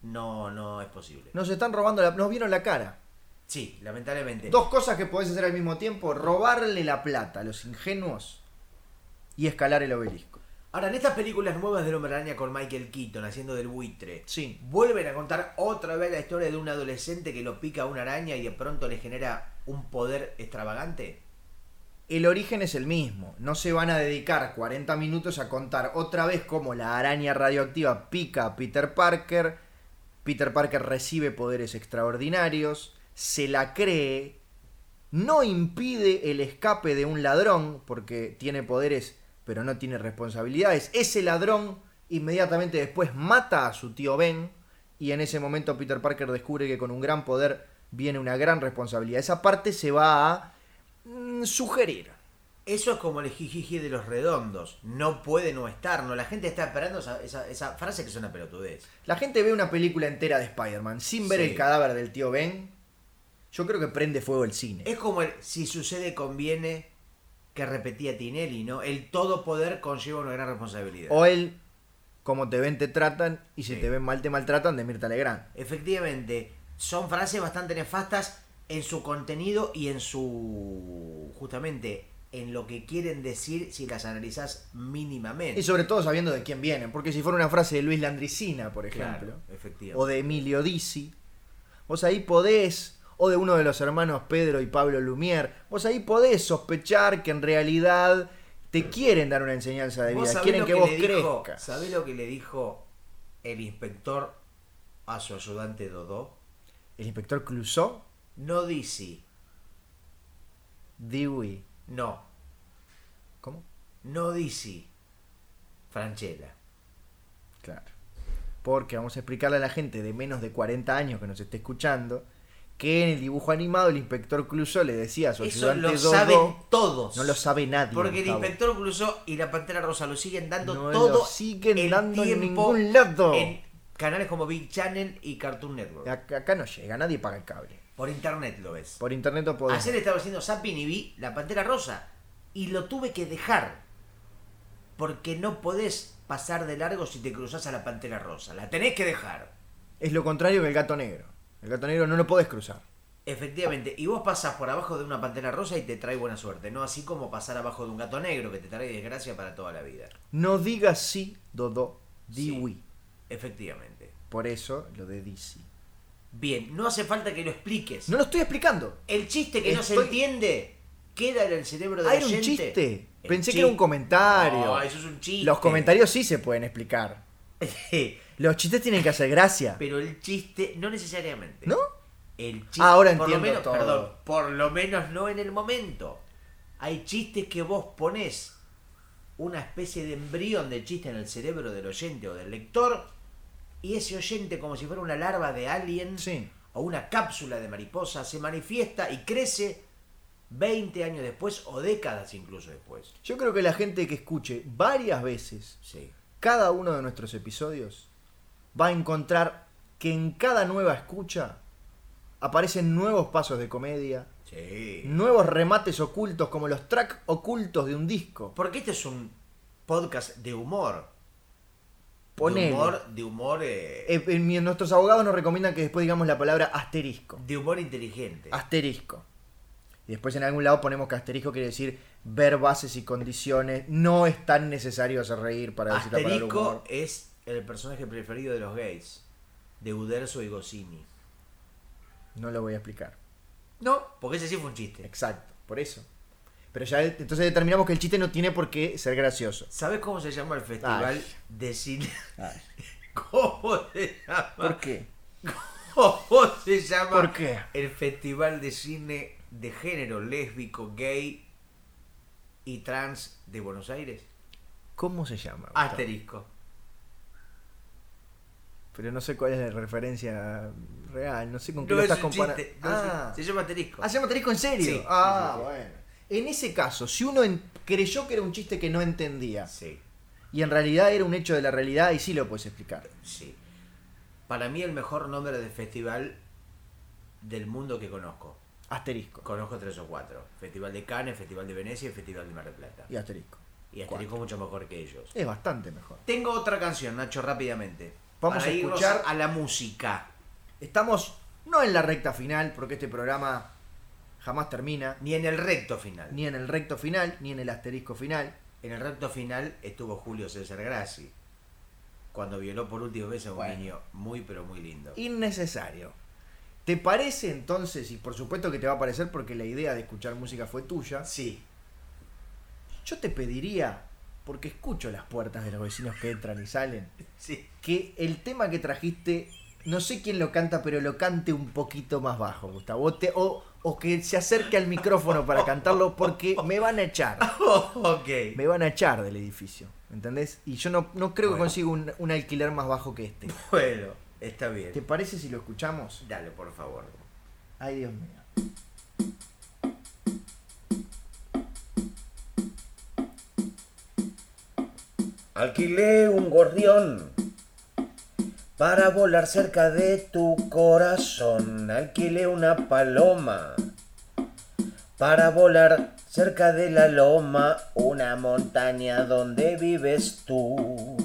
Speaker 1: no, no es posible.
Speaker 2: Nos están robando la... Nos vieron la cara.
Speaker 1: Sí, lamentablemente.
Speaker 2: Dos cosas que podés hacer al mismo tiempo. Robarle la plata a los ingenuos y escalar el obelisco.
Speaker 1: Ahora, en estas películas nuevas del Hombre Araña con Michael Keaton haciendo del buitre,
Speaker 2: Sí.
Speaker 1: vuelven a contar otra vez la historia de un adolescente que lo pica a una araña y de pronto le genera un poder extravagante.
Speaker 2: el origen es el mismo. No se van a dedicar 40 minutos a contar otra vez cómo la araña radioactiva pica a Peter Parker. Peter Parker recibe poderes extraordinarios, se la cree, no impide el escape de un ladrón, porque tiene poderes pero no tiene responsabilidades. Ese ladrón inmediatamente después mata a su tío Ben y en ese momento Peter Parker descubre que con un gran poder viene una gran responsabilidad. Esa parte se va a mm, sugerir.
Speaker 1: Eso es como el jijiji de los redondos. No puede no estar, ¿no? La gente está esperando esa, esa- esa frase que es una pelotudez.
Speaker 2: La gente ve una película entera de Spider-Man sin ver
Speaker 1: Sí.
Speaker 2: el cadáver del tío Ben. Yo creo que prende fuego el cine.
Speaker 1: Es como el si sucede conviene que repetía Tinelli, ¿no? El todo poder conlleva una gran responsabilidad.
Speaker 2: O el como te ven te tratan y si
Speaker 1: Sí.
Speaker 2: te ven mal te maltratan de Mirta Legrand.
Speaker 1: Efectivamente, son frases bastante nefastas en su contenido y en su. justamente en lo que quieren decir si las analizás mínimamente.
Speaker 2: Y sobre todo sabiendo de quién vienen. Porque si fuera una frase de Luis Landricina, por ejemplo,
Speaker 1: Claro, efectivamente.
Speaker 2: o de Emilio Dizzi, vos ahí podés, o de uno de los hermanos Pedro y Pablo Lumière, vos ahí podés sospechar que en realidad te quieren dar una enseñanza de
Speaker 1: ¿Vos
Speaker 2: vida,
Speaker 1: sabés
Speaker 2: quieren
Speaker 1: lo
Speaker 2: que vos
Speaker 1: le dijo-
Speaker 2: crezcas.
Speaker 1: ¿Sabés lo que le dijo el inspector a su ayudante Dodó?
Speaker 2: El inspector Clouseau,
Speaker 1: No dice,
Speaker 2: Dewey,
Speaker 1: no,
Speaker 2: ¿cómo?
Speaker 1: no dice Franchella.
Speaker 2: Claro. Porque vamos a explicarle a la gente de menos de 40 años que nos esté escuchando que en el dibujo animado el inspector Clouseau le decía a su
Speaker 1: Eso
Speaker 2: ayudante
Speaker 1: lo
Speaker 2: Dodó,
Speaker 1: saben todos.
Speaker 2: no lo sabe nadie.
Speaker 1: Porque el
Speaker 2: Gustavo.
Speaker 1: inspector Clouseau y la Pantera Rosa lo siguen dando
Speaker 2: No
Speaker 1: todo
Speaker 2: lo siguen
Speaker 1: el
Speaker 2: dando en
Speaker 1: tiempo
Speaker 2: ningún lado.
Speaker 1: en canales como Big Channel y Cartoon Network.
Speaker 2: Acá acá no llega, nadie paga el cable.
Speaker 1: Por internet lo ves.
Speaker 2: Por internet no podés.
Speaker 1: Ayer estaba haciendo zapping y vi la Pantera Rosa y lo tuve que dejar porque no podés pasar de largo si te cruzas a la Pantera Rosa. La tenés que dejar.
Speaker 2: Es lo contrario que el gato negro. El gato negro no lo podés cruzar.
Speaker 1: Efectivamente, y vos pasás por abajo de una pantera rosa y te trae buena suerte, no así como pasar abajo de un gato negro que te trae desgracia para toda la vida.
Speaker 2: No digas sí, Dodo, Dewey.
Speaker 1: Sí. Efectivamente.
Speaker 2: Por eso lo de Dizzy.
Speaker 1: Bien, no hace falta que lo expliques.
Speaker 2: No lo estoy explicando.
Speaker 1: El chiste que no se
Speaker 2: Estoy-
Speaker 1: entiende queda en el cerebro de
Speaker 2: Ah,
Speaker 1: la
Speaker 2: era un chiste.
Speaker 1: El
Speaker 2: Pensé que era un comentario.
Speaker 1: No, eso es un chiste. [laughs]
Speaker 2: Los comentarios sí se pueden explicar. Los chistes tienen que hacer gracia.
Speaker 1: Pero el chiste, no necesariamente.
Speaker 2: ¿No?
Speaker 1: El chiste,
Speaker 2: Ahora
Speaker 1: por lo
Speaker 2: entiendo
Speaker 1: menos,
Speaker 2: todo.
Speaker 1: perdón, por lo menos no en el momento. Hay chistes que vos ponés una especie de embrión de chiste en el cerebro del oyente o del lector y ese oyente como si fuera una larva de alien
Speaker 2: Sí.
Speaker 1: o una cápsula de mariposa se manifiesta y crece 20 años después o décadas incluso después.
Speaker 2: Yo creo que la gente que escuche varias veces
Speaker 1: Sí.
Speaker 2: cada uno de nuestros episodios va a encontrar que en cada nueva escucha aparecen nuevos pasos de comedia,
Speaker 1: Sí.
Speaker 2: nuevos remates ocultos como los tracks ocultos de un disco.
Speaker 1: Porque este es un podcast de humor.
Speaker 2: Ponele.
Speaker 1: De humor, de humor, eh,
Speaker 2: Eh, eh, mi- nuestros abogados nos recomiendan que después digamos la palabra asterisco.
Speaker 1: de humor inteligente.
Speaker 2: Asterisco. Y después en algún lado ponemos que asterisco quiere decir ver bases y condiciones. No es tan necesario hacer reír para decir la palabra humor.
Speaker 1: Asterisco es el personaje preferido de los gays, de Uderzo y Goscinny.
Speaker 2: No lo voy a explicar.
Speaker 1: No, porque ese sí fue un chiste.
Speaker 2: Exacto, por eso. Pero ya de- entonces determinamos que el chiste no tiene por qué ser gracioso.
Speaker 1: ¿Sabes cómo se llama el festival
Speaker 2: Ay.
Speaker 1: de cine? [laughs] ¿Cómo se llama?
Speaker 2: qué?
Speaker 1: ¿Cómo se llama?
Speaker 2: ¿Por qué?
Speaker 1: El festival de cine de género lésbico, gay y trans de Buenos Aires.
Speaker 2: ¿Cómo se llama? Gustavo?
Speaker 1: Asterisco.
Speaker 2: Pero no sé cuál es la referencia real, no sé con qué
Speaker 1: No
Speaker 2: lo
Speaker 1: es
Speaker 2: estás
Speaker 1: un
Speaker 2: comparando.
Speaker 1: chiste. no es un-
Speaker 2: Ah,
Speaker 1: Se llama asterisco.
Speaker 2: ¿Ah, se llama asterisco en serio.
Speaker 1: Sí, sí,
Speaker 2: ah,
Speaker 1: sí, sí.
Speaker 2: bueno. En ese caso, si uno en- creyó que era un chiste que no entendía
Speaker 1: Sí.
Speaker 2: y en realidad era un hecho de la realidad, y sí lo puedes explicar.
Speaker 1: Sí. Para mí el mejor nombre de festival del mundo que conozco.
Speaker 2: Asterisco.
Speaker 1: Conozco tres o cuatro. Festival de Cannes, Festival de Venecia y Festival de Mar del Plata.
Speaker 2: Y asterisco.
Speaker 1: Y Asterisco mucho mejor que ellos.
Speaker 2: Es bastante mejor.
Speaker 1: Tengo otra canción, Nacho, rápidamente.
Speaker 2: Vamos
Speaker 1: Para
Speaker 2: a
Speaker 1: irnos
Speaker 2: escuchar-
Speaker 1: a la música.
Speaker 2: Estamos no en la recta final, porque este programa jamás termina,
Speaker 1: Ni en el recto final.
Speaker 2: ni en el recto final, ni en el asterisco final.
Speaker 1: En el recto final estuvo Julio César Grassi. Cuando violó por última vez a un
Speaker 2: Bueno.
Speaker 1: niño muy pero muy lindo.
Speaker 2: Innecesario. ¿Te parece entonces, y por supuesto que te va a parecer porque la idea de escuchar música fue tuya,
Speaker 1: Sí.
Speaker 2: yo te pediría, porque escucho las puertas de los vecinos que entran y salen, [laughs]
Speaker 1: Sí.
Speaker 2: que el tema que trajiste, no sé quién lo canta, pero lo cante un poquito más bajo, Gustavo. O, te- o- o que se acerque al micrófono para cantarlo porque me van a echar.
Speaker 1: ok.
Speaker 2: Me van a echar del edificio, ¿entendés? Y yo no, no creo que
Speaker 1: Bueno.
Speaker 2: consiga un, un alquiler más bajo que este.
Speaker 1: [laughs] Bueno, está bien.
Speaker 2: ¿Te parece si lo escuchamos?
Speaker 1: Dale, por favor.
Speaker 2: Ay, Dios mío.
Speaker 1: Alquilé un gorrión para volar cerca de tu corazón. Alquilé una paloma para volar cerca de la loma, una montaña donde vives tú,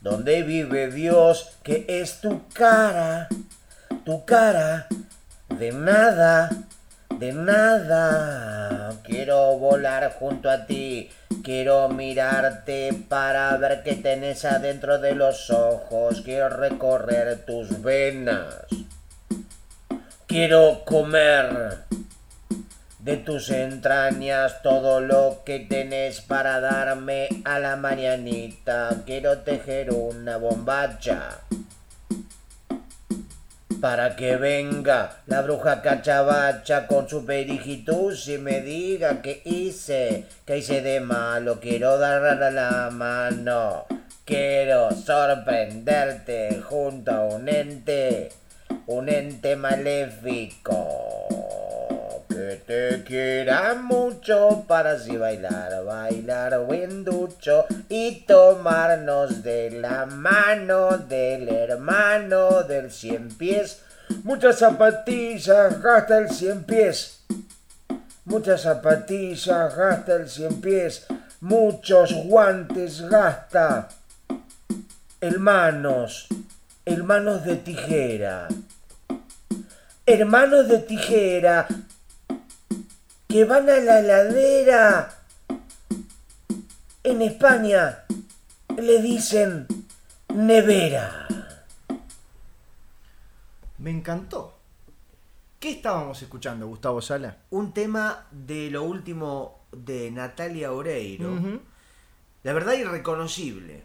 Speaker 1: donde vive Dios, que es tu cara, tu cara, de nada, de nada. Quiero volar junto a ti, quiero mirarte para ver qué tenés adentro de los ojos, quiero recorrer tus venas, quiero comer de tus entrañas todo lo que tenés para darme a la mañanita. Quiero tejer una bombacha para que venga la bruja cachabacha con su perijitud y me diga que hice, que hice de malo. Quiero darle la mano, quiero sorprenderte junto a un ente, un ente maléfico. Que te quiera mucho para así bailar, bailar buen ducho y tomarnos de la mano del hermano del cien pies. Muchas zapatillas gasta el cien pies. Muchas zapatillas gasta el cien pies. Muchos guantes gasta. Hermanos, hermanos de tijera. Hermanos de tijera que van a la ladera en España le dicen nevera.
Speaker 2: Me encantó. ¿Qué estábamos escuchando, Gustavo Sala?
Speaker 1: Un tema de lo último de Natalia Oreiro.
Speaker 2: Ujú.
Speaker 1: La verdad irreconocible.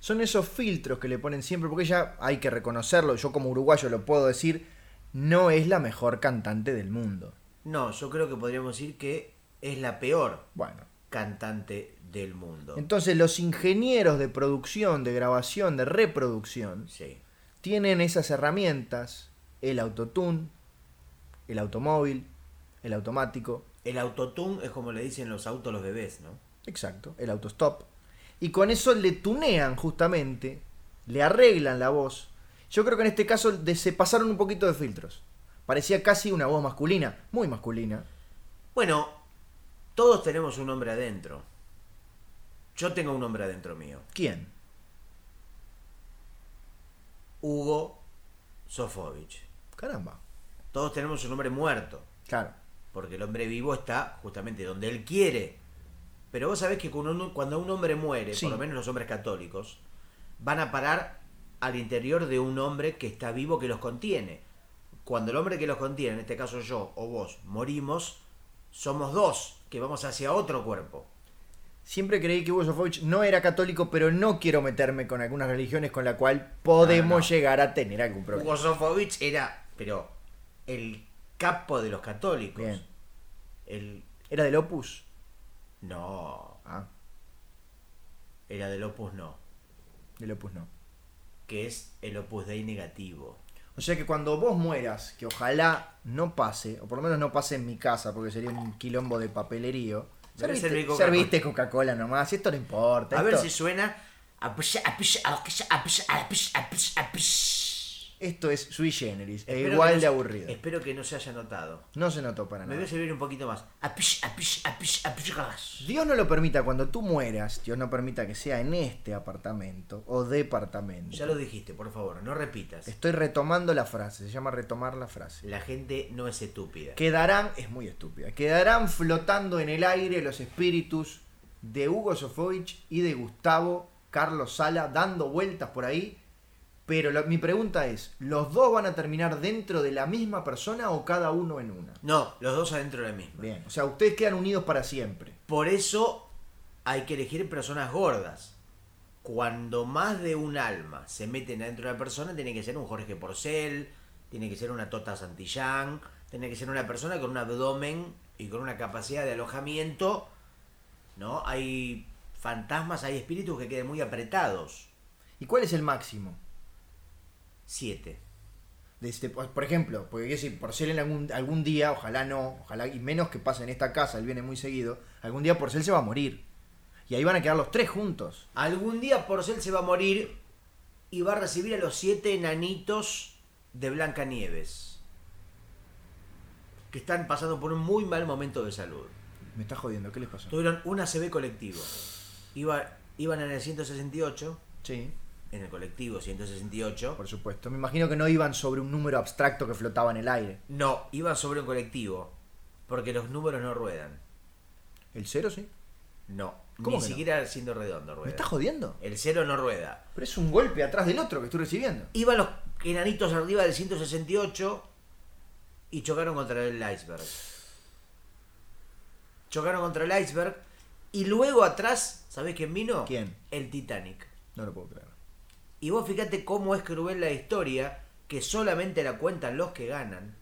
Speaker 2: Son esos filtros que le ponen siempre, porque ella, hay que reconocerlo, yo como uruguayo lo puedo decir, no es la mejor cantante del mundo.
Speaker 1: No, yo creo que podríamos decir que es la peor
Speaker 2: Bueno,
Speaker 1: cantante del mundo.
Speaker 2: entonces los ingenieros de producción, de grabación, de reproducción,
Speaker 1: Sí.
Speaker 2: tienen esas herramientas, el autotune, el automóvil, el automático,
Speaker 1: El autotune es como le dicen los autos a los bebés, ¿no?
Speaker 2: Exacto, el autostop. Y con eso le tunean justamente, le arreglan la voz. Yo creo que en este caso de- se pasaron un poquito de filtros. Parecía casi una voz masculina, muy masculina.
Speaker 1: Bueno, todos tenemos un hombre adentro. Yo tengo un hombre adentro mío.
Speaker 2: ¿Quién?
Speaker 1: Hugo Sofovich.
Speaker 2: Caramba.
Speaker 1: Todos tenemos un hombre muerto.
Speaker 2: Claro.
Speaker 1: Porque el hombre vivo está justamente donde él quiere. Pero vos sabés que cuando un, cuando un hombre muere,
Speaker 2: Sí.
Speaker 1: por lo menos los hombres católicos, van a parar al interior de un hombre que está vivo que los contiene. Cuando el hombre que los contiene, en este caso yo o vos, morimos, somos dos que vamos hacia otro cuerpo.
Speaker 2: Siempre creí que Hugo Sofovich no era católico, pero no quiero meterme con algunas religiones con la cual podemos
Speaker 1: No, no.
Speaker 2: llegar a tener algún problema.
Speaker 1: Hugo Sofovich era, pero, el capo de los católicos.
Speaker 2: Bien.
Speaker 1: El.
Speaker 2: Era del Opus.
Speaker 1: No,
Speaker 2: Ah,
Speaker 1: era del Opus No,
Speaker 2: del Opus no.
Speaker 1: que es el Opus Dei negativo.
Speaker 2: O sea que cuando vos mueras, que ojalá no pase, o por lo menos no pase en mi casa, porque sería un quilombo de papelerío.
Speaker 1: Debe
Speaker 2: Serviste
Speaker 1: servir
Speaker 2: serviste
Speaker 1: Coca-Cola.
Speaker 2: Coca-Cola nomás, esto no importa.
Speaker 1: A ver
Speaker 2: esto,
Speaker 1: si suena. Apish, apish, apish, apish, apish, apish, apish.
Speaker 2: esto es sui generis, e
Speaker 1: Espero
Speaker 2: igual
Speaker 1: que no
Speaker 2: de
Speaker 1: se-
Speaker 2: aburrido.
Speaker 1: Espero que no se haya notado.
Speaker 2: No se notó para
Speaker 1: Me
Speaker 2: nada.
Speaker 1: voy a servir un poquito más. Apish, apish, apish, apish, apish.
Speaker 2: Dios no lo permita cuando tú mueras, Dios no permita que sea en este apartamento o departamento.
Speaker 1: Ya lo dijiste, por favor, no repitas.
Speaker 2: Estoy retomando la frase, se llama retomar la frase.
Speaker 1: La gente no es estúpida.
Speaker 2: Quedarán, es muy estúpida, quedarán flotando en el aire los espíritus de Hugo Sofovich y de Gustavo Carlos Sala dando vueltas por ahí. Pero lo- mi pregunta es, ¿los dos van a terminar dentro de la misma persona o cada uno en una?
Speaker 1: No, los dos adentro de la misma.
Speaker 2: Bien, o sea, ustedes quedan unidos para siempre.
Speaker 1: Por eso hay que elegir personas gordas. Cuando más de un alma se meten adentro de una persona, tiene que ser un Jorge Porcel, tiene que ser una Tota Santillán, tiene que ser una persona con un abdomen y con una capacidad de alojamiento. ¿No? Hay fantasmas, hay espíritus que queden muy apretados.
Speaker 2: ¿Y cuál es el máximo?
Speaker 1: Siete.
Speaker 2: de este- por por ejemplo, porque quiero decir, por ser en algún, algún día, ojalá no, ojalá, y menos que pase en esta casa, él viene muy seguido, algún día por ser se va a morir. Y ahí van a quedar los tres juntos.
Speaker 1: Algún día Porcel se va a morir y va a recibir a los siete enanitos de Blancanieves. Que están pasando por un muy mal momento de salud.
Speaker 2: Me está jodiendo, ¿qué les pasó?
Speaker 1: Tuvieron un ACV colectivo. Iba- iban en el 168,
Speaker 2: Sí.
Speaker 1: en el colectivo 168.
Speaker 2: Por supuesto. Me imagino que no iban sobre un número abstracto que flotaba en el aire.
Speaker 1: No, iban sobre un colectivo. Porque los números no ruedan.
Speaker 2: ¿El cero sí?
Speaker 1: No,
Speaker 2: ¿Cómo
Speaker 1: ni
Speaker 2: que no?
Speaker 1: siquiera siendo redondo
Speaker 2: ¿Me
Speaker 1: rueda.
Speaker 2: está jodiendo?
Speaker 1: El cero no rueda.
Speaker 2: Pero es un golpe atrás del otro que estoy recibiendo.
Speaker 1: iban los enanitos arriba del 168 y chocaron contra el iceberg. Chocaron contra el iceberg y luego atrás, ¿sabés quién vino?
Speaker 2: ¿Quién?
Speaker 1: El Titanic.
Speaker 2: No lo puedo creer.
Speaker 1: Y vos fíjate cómo es cruel la historia, que solamente la cuentan los que ganan.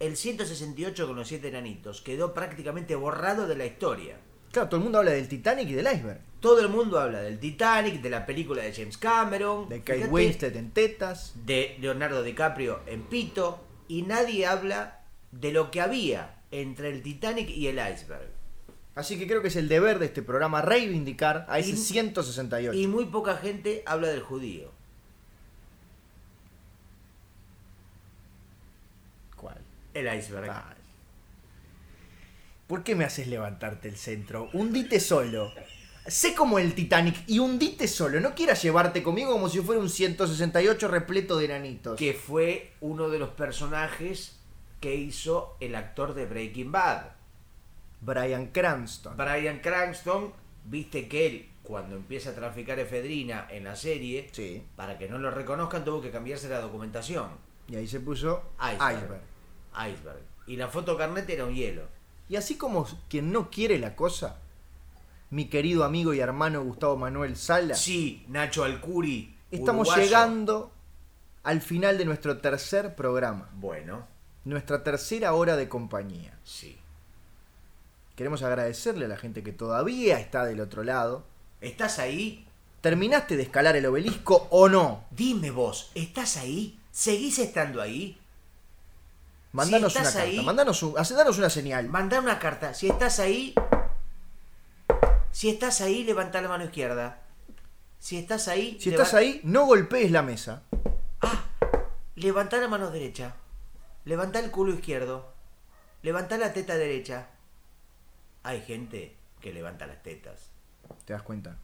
Speaker 1: El 168 con los 7 enanitos quedó prácticamente borrado de la historia.
Speaker 2: Claro, todo el mundo habla del Titanic y del iceberg.
Speaker 1: Todo el mundo habla del Titanic, de la película de James Cameron,
Speaker 2: De Kate
Speaker 1: Fíjate-
Speaker 2: Winslet en tetas.
Speaker 1: de Leonardo DiCaprio en Pito y nadie habla de lo que había entre el Titanic y el iceberg.
Speaker 2: Así que creo que es el deber de este programa reivindicar a ese
Speaker 1: Y-
Speaker 2: 168.
Speaker 1: Y muy poca gente habla del judío.
Speaker 2: ¿Cuál?
Speaker 1: El iceberg.
Speaker 2: Ay. ¿Por qué me haces levantarte el centro? Hundite solo. Sé como el Titanic y hundite solo. No quieras llevarte conmigo como si fuera un 168 repleto de enanitos.
Speaker 1: Que fue uno de los personajes que hizo el actor de Breaking Bad.
Speaker 2: Brian Cranston.
Speaker 1: Brian Cranston, viste que él, cuando empieza a traficar efedrina en la serie,
Speaker 2: Sí.
Speaker 1: para que no lo reconozcan, tuvo que cambiarse la documentación.
Speaker 2: Y ahí se puso
Speaker 1: Iceberg.
Speaker 2: Iceberg.
Speaker 1: Iceberg. Y la foto carnet era un hielo.
Speaker 2: Y así como quien no quiere la cosa, mi querido amigo y hermano Gustavo Manuel Sala,
Speaker 1: Sí, Nacho Alcuri.
Speaker 2: estamos
Speaker 1: uruguayo.
Speaker 2: llegando al final de nuestro tercer programa,
Speaker 1: Bueno,
Speaker 2: nuestra tercera hora de compañía.
Speaker 1: sí.
Speaker 2: Queremos agradecerle a la gente que todavía está del otro lado.
Speaker 1: ¿Estás ahí?
Speaker 2: ¿Terminaste de escalar el obelisco o no?
Speaker 1: Dime vos, ¿estás ahí? ¿Seguís estando ahí?
Speaker 2: Mandanos
Speaker 1: Si
Speaker 2: una
Speaker 1: estás
Speaker 2: carta,
Speaker 1: ahí-
Speaker 2: mandanos un, hace- danos una señal.
Speaker 1: Mandá una carta. Si estás ahí. Si estás ahí, levantá la mano izquierda. Si estás ahí.
Speaker 2: Si estás
Speaker 1: leva-
Speaker 2: ahí, no golpees la mesa.
Speaker 1: Levantá la mano derecha. Levantá el culo izquierdo. Levantá la teta derecha. Hay gente que levanta las tetas.
Speaker 2: ¿Te das cuenta?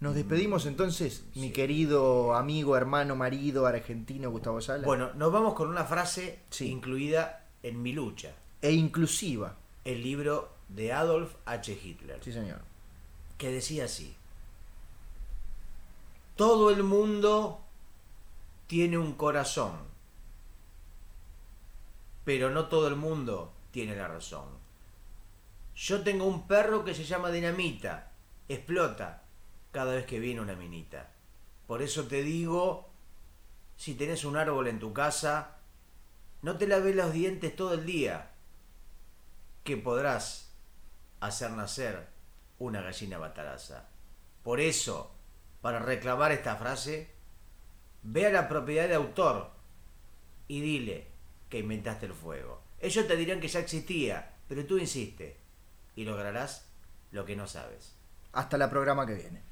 Speaker 2: Nos despedimos entonces, mi querido amigo, hermano, marido argentino Gustavo Sala.
Speaker 1: Bueno, nos vamos con una frase
Speaker 2: Sí.
Speaker 1: incluida en mi lucha.
Speaker 2: E inclusiva.
Speaker 1: el libro de Adolf H. Hitler,
Speaker 2: Sí, señor.
Speaker 1: que decía así, todo el mundo tiene un corazón, pero no todo el mundo tiene la razón. Yo tengo un perro que se llama Dinamita, explota cada vez que viene una minita. Por eso te digo, si tenés un árbol en tu casa, no te laves los dientes todo el día, que podrás hacer nacer una gallina bataraza. Por eso, para reclamar esta frase, ve a la propiedad de autor y dile que inventaste el fuego. Ellos te dirán que ya existía, pero tú insiste y lograrás lo que no sabes.
Speaker 2: Hasta la programa que viene.